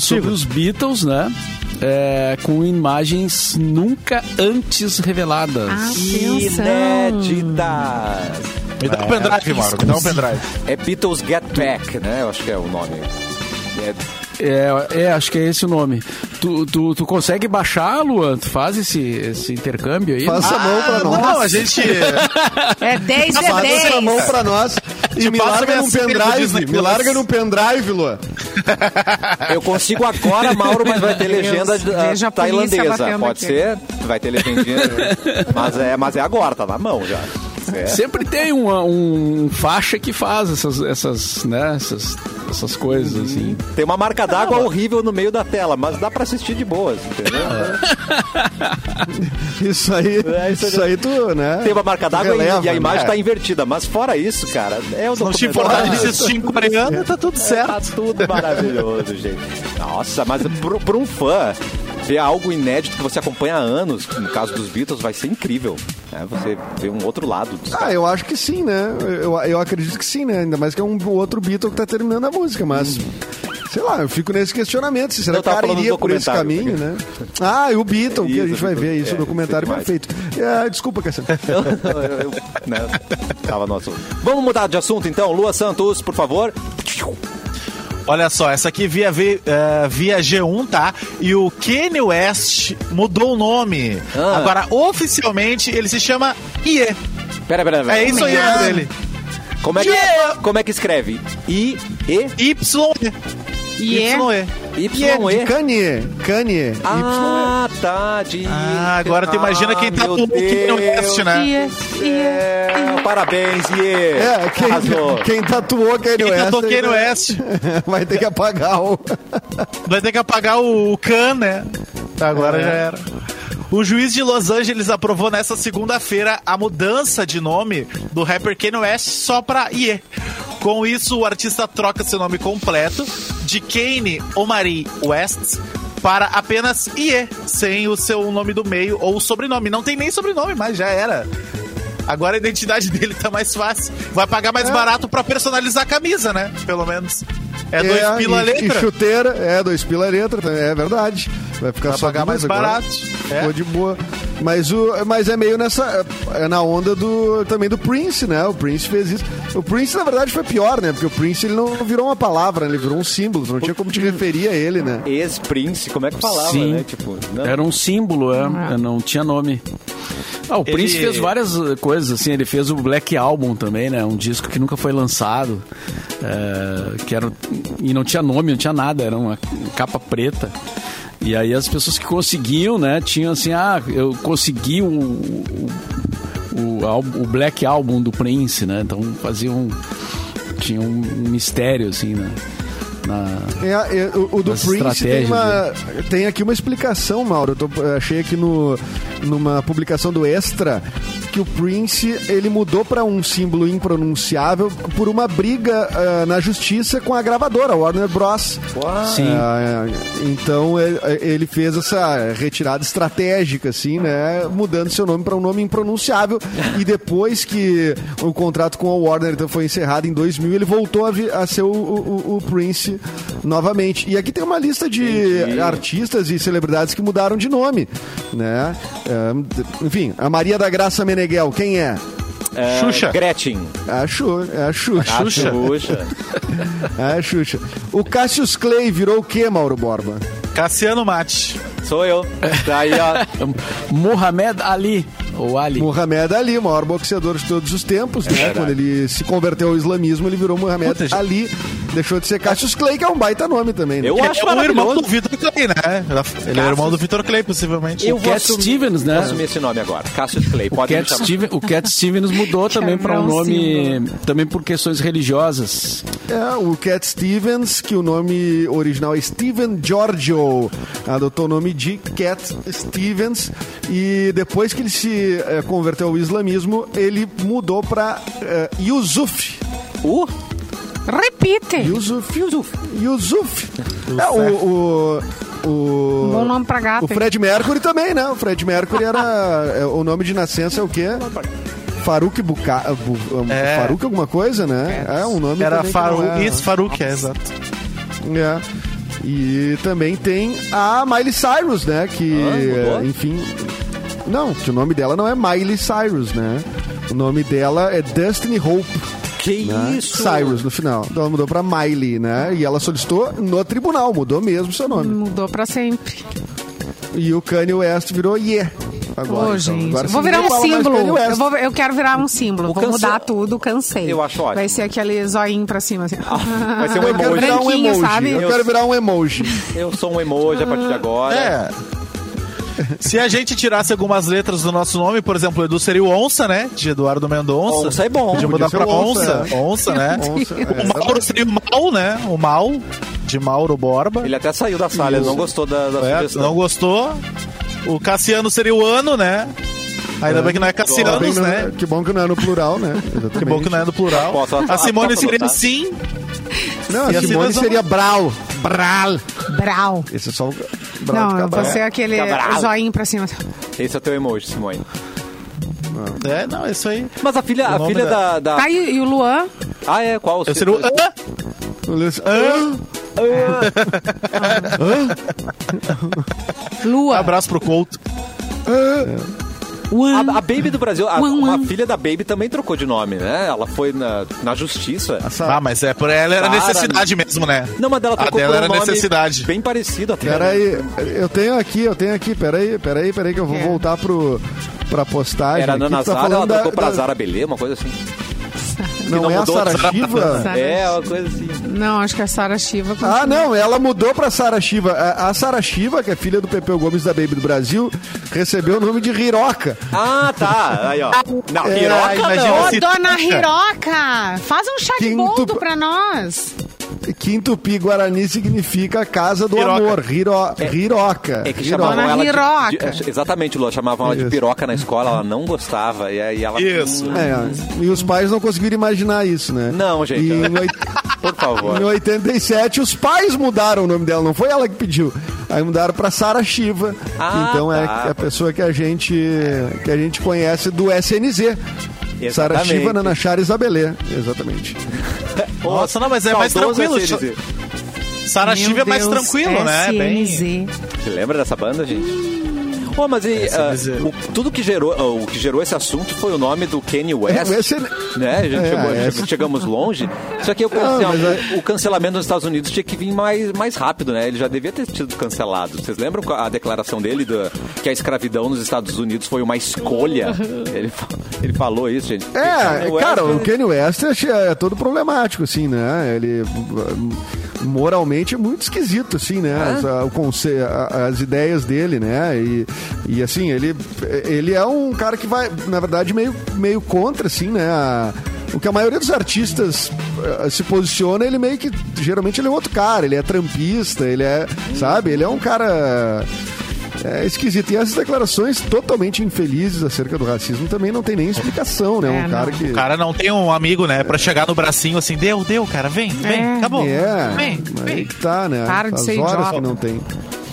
[SPEAKER 4] sobre os Beatles, né? É, com imagens nunca antes reveladas.
[SPEAKER 2] Ah,
[SPEAKER 1] né?
[SPEAKER 2] atenção.
[SPEAKER 1] Inéditas.
[SPEAKER 3] Me
[SPEAKER 5] É,
[SPEAKER 3] dá um pendrive, Mauro. Me dá um pendrive.
[SPEAKER 1] É Beatles Get Back, né? Eu acho que é o nome. É,
[SPEAKER 4] É, é, acho que é esse o nome. Tu, tu, tu consegue baixar, Luan? Tu faz esse, esse intercâmbio aí?
[SPEAKER 5] Passa a mão pra nós.
[SPEAKER 3] Não, a gente.
[SPEAKER 2] É 10 de
[SPEAKER 5] Passa essa
[SPEAKER 2] 10.
[SPEAKER 5] mão pra nós e
[SPEAKER 3] Te
[SPEAKER 5] me
[SPEAKER 3] passa
[SPEAKER 5] larga
[SPEAKER 3] minha
[SPEAKER 5] num
[SPEAKER 3] sigla do Disney
[SPEAKER 5] pendrive. Me
[SPEAKER 3] Plus.
[SPEAKER 5] larga num pendrive, Lua.
[SPEAKER 1] É, eu consigo agora, Mauro, mas vai ter legenda
[SPEAKER 2] Deus, veja a polícia
[SPEAKER 1] ah, tailandesa.
[SPEAKER 2] batendo
[SPEAKER 1] Pode
[SPEAKER 2] aqui.
[SPEAKER 1] ser? Vai ter legendinha. mas, é, mas é agora, tá na mão já. É.
[SPEAKER 4] Sempre tem um, um faixa que faz essas, essas, né, essas, essas coisas, assim.
[SPEAKER 1] Tem uma marca d'água horrível no meio da tela, mas dá pra assistir de boas, entendeu?
[SPEAKER 5] Isso aí,
[SPEAKER 1] É, isso
[SPEAKER 5] isso,
[SPEAKER 1] aí-
[SPEAKER 5] aí tu, né?
[SPEAKER 1] Tem uma marca
[SPEAKER 5] tu
[SPEAKER 1] d'água e-
[SPEAKER 5] releva,
[SPEAKER 1] e a imagem
[SPEAKER 5] né?
[SPEAKER 1] tá invertida. Mas fora isso, cara, é o
[SPEAKER 3] Não te importar de
[SPEAKER 1] documentário.
[SPEAKER 3] assistir em coreano, tá tudo certo.
[SPEAKER 1] Tá tudo maravilhoso, gente. Nossa, mas pro- pra um fã, ver algo inédito que você acompanha há anos, no caso dos Beatles, vai ser incrível. né? Você vê um outro lado. dos
[SPEAKER 5] Ah,
[SPEAKER 1] caras.
[SPEAKER 5] eu acho que sim, né? Eu, eu acredito que sim, né? Ainda mais que é um outro Beatle que tá terminando a música, mas. Sei lá, eu fico nesse questionamento. Se será
[SPEAKER 1] Eu
[SPEAKER 5] que o
[SPEAKER 1] tava
[SPEAKER 5] cara
[SPEAKER 1] falando do
[SPEAKER 5] iria por esse
[SPEAKER 1] documentário.
[SPEAKER 5] caminho, né? Ah, e o Beatle, que a
[SPEAKER 1] Isso,
[SPEAKER 5] gente vai
[SPEAKER 1] Beatle.
[SPEAKER 5] ver isso,
[SPEAKER 1] É,
[SPEAKER 5] o documentário
[SPEAKER 1] isso é
[SPEAKER 5] perfeito. É, desculpa, Cassiano.
[SPEAKER 1] Eu, eu- eu- né, Tava no assunto. Vamos mudar de assunto então. Lua Santos, por favor.
[SPEAKER 3] Olha só, essa aqui via, V- eh, via G1, tá? E o Kanye West mudou o nome.
[SPEAKER 1] Ah.
[SPEAKER 3] Agora, oficialmente, ele se chama Ye.
[SPEAKER 1] Pera, pera, pera.
[SPEAKER 3] É isso aí o nome dele.
[SPEAKER 1] Como é que,
[SPEAKER 3] Yeah.
[SPEAKER 1] como é que escreve? I, E,
[SPEAKER 3] Y-E.
[SPEAKER 2] E é
[SPEAKER 3] Y-E.
[SPEAKER 1] Y,
[SPEAKER 5] De
[SPEAKER 1] E.
[SPEAKER 5] Kanye, Kanye, Y. eh,
[SPEAKER 1] Ah, tá. De...
[SPEAKER 3] Ah, agora tu imagina quem
[SPEAKER 1] Ah,
[SPEAKER 3] tá
[SPEAKER 1] meu
[SPEAKER 3] o Kanye
[SPEAKER 1] Deus.
[SPEAKER 3] West, né?
[SPEAKER 2] E é- e é-
[SPEAKER 1] É, parabéns, Iê!
[SPEAKER 5] É,
[SPEAKER 1] Arrasou.
[SPEAKER 5] quem, quem tatuou Kanye
[SPEAKER 3] Quem
[SPEAKER 5] West.
[SPEAKER 3] tá
[SPEAKER 5] aí
[SPEAKER 3] tocando
[SPEAKER 5] vai-
[SPEAKER 3] West
[SPEAKER 5] Vai ter que apagar o.
[SPEAKER 3] vai ter que apagar o, o Can, né? Agora
[SPEAKER 5] É.
[SPEAKER 3] já era. O juiz de Los Angeles aprovou nesta segunda-feira a mudança de nome do rapper Kanye West só pra Ye. Com isso, o artista troca seu nome completo de Kanye Omari West para apenas Ye, sem o seu nome do meio ou sobrenome. Não tem nem sobrenome, mas já era. Agora a identidade dele tá mais fácil. Vai pagar
[SPEAKER 5] É.
[SPEAKER 3] mais barato pra personalizar a camisa, né? Pelo menos. É, dois pila a
[SPEAKER 5] e- E
[SPEAKER 3] letra.
[SPEAKER 5] chuteira, é, dois pila a letra, também, é verdade. Vai ficar
[SPEAKER 3] Vai
[SPEAKER 5] só
[SPEAKER 3] pagar
[SPEAKER 5] duas
[SPEAKER 3] mais
[SPEAKER 5] agora.
[SPEAKER 3] barato. É.
[SPEAKER 5] Ficou de boa. Mas, o, mas é meio nessa. É na onda do também do Prince, né? O Prince fez isso. O Prince, na verdade, foi pior, né? Porque o Prince ele não virou uma palavra, ele virou um símbolo. tu Não tinha como te referir a ele, né?
[SPEAKER 1] Ex-Prince, como é que falava,
[SPEAKER 4] Sim.
[SPEAKER 1] né? Tipo, não.
[SPEAKER 4] Era um símbolo, é. não tinha nome. Ah, o
[SPEAKER 3] Ele-
[SPEAKER 4] Prince fez várias eh, coisas, assim, ele fez o Black Album também, né? Um disco que nunca foi lançado. eh, que era, e não tinha nome, não tinha nada, era uma capa preta. E aí as pessoas que conseguiam, né, tinham assim, ah, eu consegui o, o, o al- o Black Album do Prince, né? Então faziam. Tinha um mistério, assim, né? Na,
[SPEAKER 5] É, é, o, o do
[SPEAKER 4] As
[SPEAKER 5] Prince tem,
[SPEAKER 4] estratégias,
[SPEAKER 5] uma- tem aqui uma explicação, Mauro. Eu tô- eu achei aqui no, numa publicação do Extra que o Prince ele mudou para um símbolo impronunciável por uma briga ah, na justiça com a gravadora Warner Bros.
[SPEAKER 4] Sim.
[SPEAKER 5] Ah, é, então ele, ele fez essa retirada estratégica, assim, né? Mudando seu nome para um nome impronunciável. e depois que o contrato com a Warner então, foi encerrado em 2000, ele voltou a, vi- a ser o, o- o Prince novamente. E aqui tem uma lista de artistas e celebridades que mudaram de nome, né? Ah, enfim, a Maria da Graça Meneghel, quem é?
[SPEAKER 1] É,
[SPEAKER 3] Xuxa.
[SPEAKER 1] Gretchen.
[SPEAKER 5] A, Xu, é a Xuxa.
[SPEAKER 1] A Xuxa.
[SPEAKER 5] É a Xuxa. O Cassius Clay virou o quê, Mauro Borba?
[SPEAKER 3] Cassiano Mate.
[SPEAKER 1] Sou eu. Daí, ó.
[SPEAKER 4] Mohamed Ali, ou Ali.
[SPEAKER 5] Muhammad Ali, o maior boxeador de todos os tempos, né? Quando ele se converteu ao islamismo, ele virou Muhammad
[SPEAKER 3] Puta, gente.
[SPEAKER 5] Ali. Deixou de ser Cassius Clay, que é um baita nome também. Né?
[SPEAKER 1] Eu
[SPEAKER 3] Que
[SPEAKER 1] acho
[SPEAKER 3] é o irmão
[SPEAKER 1] maravilhoso.
[SPEAKER 3] do Vitor Clay, né? Ele é o irmão do Vitor Clay, possivelmente.
[SPEAKER 1] Eu vou
[SPEAKER 4] Cat
[SPEAKER 1] assumir-
[SPEAKER 4] Stevens, né?
[SPEAKER 1] Vou assumir esse nome agora. Cassius Clay. Pode me
[SPEAKER 4] Cat
[SPEAKER 1] chamar.
[SPEAKER 4] Steven- o Cat Stevens mudou também para um nome, também por questões religiosas.
[SPEAKER 5] É, o Cat Stevens, que o nome original é Steven Giorgio, adotou o nome de Cat Stevens e depois que ele se eh, converteu ao islamismo, ele mudou para Yusuf.
[SPEAKER 1] Uh,
[SPEAKER 2] Repite.
[SPEAKER 5] Yusuf. Yusuf. Yusuf. É, o, o, o-
[SPEAKER 2] Bom nome pra gata,
[SPEAKER 5] O Fred Mercury também, né? O Fred Mercury era... é, o nome de nascença é o quê? Faruk Buka... ah, Bu-
[SPEAKER 3] É.
[SPEAKER 5] Faruk alguma coisa, né? É um nome
[SPEAKER 3] Era
[SPEAKER 5] também que não
[SPEAKER 3] Faru...
[SPEAKER 5] é-
[SPEAKER 3] Isso, Faruk, é, exato.
[SPEAKER 5] É. E também tem a Miley Cyrus, né? Que,
[SPEAKER 1] Ah, mudou?
[SPEAKER 5] enfim. Não, que o nome dela não é Miley Cyrus, né? O nome dela é Destiny Hope.
[SPEAKER 1] que
[SPEAKER 5] né?
[SPEAKER 1] isso?
[SPEAKER 5] Cyrus no final. Então ela mudou pra Miley, né? E ela solicitou no tribunal, mudou mesmo seu nome.
[SPEAKER 2] Mudou pra sempre.
[SPEAKER 5] E o Kanye West virou Ye.
[SPEAKER 2] Ô,
[SPEAKER 5] Agora, então.
[SPEAKER 2] gente.
[SPEAKER 5] Agora
[SPEAKER 2] eu vou virar
[SPEAKER 5] ninguém
[SPEAKER 2] um
[SPEAKER 5] fala mais Kanye
[SPEAKER 2] símbolo.
[SPEAKER 5] West.
[SPEAKER 2] Eu, vou- eu quero virar um símbolo. vou
[SPEAKER 1] cance-
[SPEAKER 2] mudar tudo, cansei.
[SPEAKER 1] Eu acho ótimo.
[SPEAKER 2] Vai ser aquele zoinho pra cima, assim.
[SPEAKER 5] Ah.
[SPEAKER 1] Vai ser um
[SPEAKER 5] Eu quero
[SPEAKER 1] emoji.
[SPEAKER 5] virar um
[SPEAKER 2] Branquinho,
[SPEAKER 5] emoji.
[SPEAKER 2] sabe?
[SPEAKER 5] Eu quero virar um emoji.
[SPEAKER 1] Eu sou um emoji a partir de agora.
[SPEAKER 5] É.
[SPEAKER 3] Se a gente tirasse algumas letras do nosso nome, por exemplo, Edu seria o Onça, né? De Eduardo Mendonça.
[SPEAKER 1] Onça é bom.
[SPEAKER 3] Podia
[SPEAKER 5] Podia
[SPEAKER 3] mudar
[SPEAKER 5] ser
[SPEAKER 3] pra
[SPEAKER 5] o Onça,
[SPEAKER 3] Onça. Onça, né?
[SPEAKER 5] Onça, é.
[SPEAKER 3] O Mauro seria o Mal, né? O Mal, de Mauro Borba.
[SPEAKER 1] Ele assim, até saiu da sala, ele não gostou da, da
[SPEAKER 3] É,
[SPEAKER 1] sugestão.
[SPEAKER 3] não gostou. O Cassiano seria o Ano, né? Ainda bem que não é
[SPEAKER 5] Ainda bem
[SPEAKER 3] Cassianos,
[SPEAKER 5] que não-
[SPEAKER 3] né?
[SPEAKER 5] Que bom que não é no plural, né?
[SPEAKER 3] Que bom que não é do plural.
[SPEAKER 1] Posso-
[SPEAKER 3] A Simone
[SPEAKER 1] posso
[SPEAKER 3] seria
[SPEAKER 1] anotar?
[SPEAKER 3] Sim.
[SPEAKER 5] Não,
[SPEAKER 3] E
[SPEAKER 5] a
[SPEAKER 3] assim
[SPEAKER 5] Simone
[SPEAKER 3] nós vamos-
[SPEAKER 5] seria Brau. Brau.
[SPEAKER 2] Brau.
[SPEAKER 5] Esse é só o Brau
[SPEAKER 2] Não,
[SPEAKER 5] de
[SPEAKER 2] eu
[SPEAKER 5] Cabral.
[SPEAKER 2] vou ser aquele
[SPEAKER 1] Fica bravo.
[SPEAKER 2] zoinho pra cima. assim.
[SPEAKER 1] Esse é o teu emoji, Simone.
[SPEAKER 3] É, não, é isso aí.
[SPEAKER 1] Mas a filha,
[SPEAKER 3] O
[SPEAKER 1] a
[SPEAKER 3] nome
[SPEAKER 1] filha da,
[SPEAKER 3] da-
[SPEAKER 1] da-
[SPEAKER 2] Tá, e, e o Luan?
[SPEAKER 1] Ah, é? Qual?
[SPEAKER 3] Eu um, seria o An.
[SPEAKER 5] Ah,
[SPEAKER 2] Lua.
[SPEAKER 3] Abraço pro Couto.
[SPEAKER 1] a,
[SPEAKER 5] ah,
[SPEAKER 1] a Baby do Brasil. A,
[SPEAKER 2] Uan, uan.
[SPEAKER 1] a filha da Baby também trocou de nome, né? Ela foi na, na justiça.
[SPEAKER 5] Tá.
[SPEAKER 3] Ah, mas é, por ela era
[SPEAKER 1] Para,
[SPEAKER 3] necessidade mesmo, né?
[SPEAKER 1] Não, mas ela
[SPEAKER 3] A
[SPEAKER 1] trocou
[SPEAKER 3] dela
[SPEAKER 1] por um
[SPEAKER 3] era
[SPEAKER 1] nome
[SPEAKER 3] necessidade.
[SPEAKER 1] bem parecido até.
[SPEAKER 5] Peraí, eu tenho aqui, eu tenho aqui, peraí, peraí, peraí, que eu vou
[SPEAKER 2] É.
[SPEAKER 5] voltar pro, pra postagem.
[SPEAKER 1] Era
[SPEAKER 5] aqui,
[SPEAKER 1] na
[SPEAKER 5] tu tá
[SPEAKER 1] Nazara, ela
[SPEAKER 5] falando da-
[SPEAKER 1] trocou pra
[SPEAKER 5] da-
[SPEAKER 1] Zara Belê, uma coisa assim.
[SPEAKER 5] Não,
[SPEAKER 1] não
[SPEAKER 5] é a
[SPEAKER 1] mudou,
[SPEAKER 5] Sara
[SPEAKER 1] Zara-
[SPEAKER 5] Shiva?
[SPEAKER 2] Sara-
[SPEAKER 1] É, uma coisa assim.
[SPEAKER 2] Não, acho que é a Sara Shiva.
[SPEAKER 5] Ah, não, ela mudou pra Sara Shiva. A, a Sara Shiva, que é filha do Pepeu Gomes da Baby do Brasil, recebeu o nome de Hiroca.
[SPEAKER 1] Ah, tá. Aí, ó. Não,
[SPEAKER 5] É,
[SPEAKER 1] piroca
[SPEAKER 3] imagina
[SPEAKER 1] não.
[SPEAKER 2] Ô,
[SPEAKER 3] se-
[SPEAKER 2] dona Hiroca, faz um chá de
[SPEAKER 5] Quinto-
[SPEAKER 2] boldo pra nós.
[SPEAKER 5] Quintupi Guarani significa casa do
[SPEAKER 3] Hiroca.
[SPEAKER 5] amor. Hiro, Hiroca.
[SPEAKER 1] É que
[SPEAKER 5] Hiroca.
[SPEAKER 1] chamavam
[SPEAKER 2] Dona
[SPEAKER 1] ela de-
[SPEAKER 2] Piroca.
[SPEAKER 1] de, é, Exatamente, Lua. Chamavam ela de
[SPEAKER 5] Isso.
[SPEAKER 1] piroca na escola, ela não gostava. E aí ela. Hum,
[SPEAKER 3] Isso.
[SPEAKER 5] É, e os pais não conseguiram imaginar isso, né?
[SPEAKER 1] Não, gente. é.
[SPEAKER 5] E em
[SPEAKER 1] ela-
[SPEAKER 5] oit-
[SPEAKER 1] Por favor.
[SPEAKER 5] Em 87, os pais mudaram o nome dela, não foi ela que pediu. Aí mudaram pra Sara Shiva.
[SPEAKER 1] Ah,
[SPEAKER 5] então
[SPEAKER 1] tá.
[SPEAKER 5] é a pessoa que a gente que a gente conhece do SNZ. Sara
[SPEAKER 1] Exatamente.
[SPEAKER 5] Shiva, Nanachara Isabelê. Exatamente.
[SPEAKER 3] Nossa, não, mas é mais
[SPEAKER 1] Saudoso
[SPEAKER 3] tranquilo.
[SPEAKER 1] SNZ.
[SPEAKER 3] Sara Chiva é mais tranquilo, né? Bem...
[SPEAKER 2] Bem...
[SPEAKER 1] Você lembra dessa banda, gente? Ô, mas e, ah, o- tudo que gerou, ah, o que gerou esse assunto foi o nome do Kanye West.
[SPEAKER 5] O SN
[SPEAKER 1] Né? A gente
[SPEAKER 5] É,
[SPEAKER 1] chegou-
[SPEAKER 5] é.
[SPEAKER 1] che- chegamos longe. Só que eu pensei,
[SPEAKER 5] Não,
[SPEAKER 1] ó,
[SPEAKER 5] mas é-
[SPEAKER 1] o cancelamento nos Estados Unidos tinha que vir mais, mais rápido, né? Ele já devia ter sido cancelado. Vocês lembram a declaração dele da- que a escravidão nos Estados Unidos foi uma escolha? Ele, fa- ele falou isso, gente.
[SPEAKER 5] É,
[SPEAKER 1] Kanye West, né?
[SPEAKER 5] cara, o
[SPEAKER 1] ele-
[SPEAKER 5] Kanye West é, é todo problemático, assim, né? Ele uh, moralmente é muito esquisito, assim, né?
[SPEAKER 1] É?
[SPEAKER 5] As, a- o conce- a- as ideias dele, né? E, e, assim, ele, ele é um cara que vai, na verdade, meio, meio contra, assim, né? A- o que a maioria dos artistas uh, se posiciona, ele meio que. Geralmente ele é outro cara, ele é trampista, ele é. Sabe? Ele é um cara. É esquisito. E essas declarações totalmente infelizes acerca do racismo também não tem nem explicação, né?
[SPEAKER 2] É,
[SPEAKER 5] um cara
[SPEAKER 2] não.
[SPEAKER 5] que.
[SPEAKER 3] O cara não tem um amigo, né? Pra chegar no bracinho assim, deu, deu, cara, vem, vem,
[SPEAKER 2] É.
[SPEAKER 3] acabou.
[SPEAKER 5] É,
[SPEAKER 3] Vem,
[SPEAKER 5] aí
[SPEAKER 3] vem.
[SPEAKER 5] que tá, né?
[SPEAKER 2] Para de
[SPEAKER 5] As
[SPEAKER 2] ser
[SPEAKER 5] horas
[SPEAKER 2] idiota.
[SPEAKER 5] que não tem.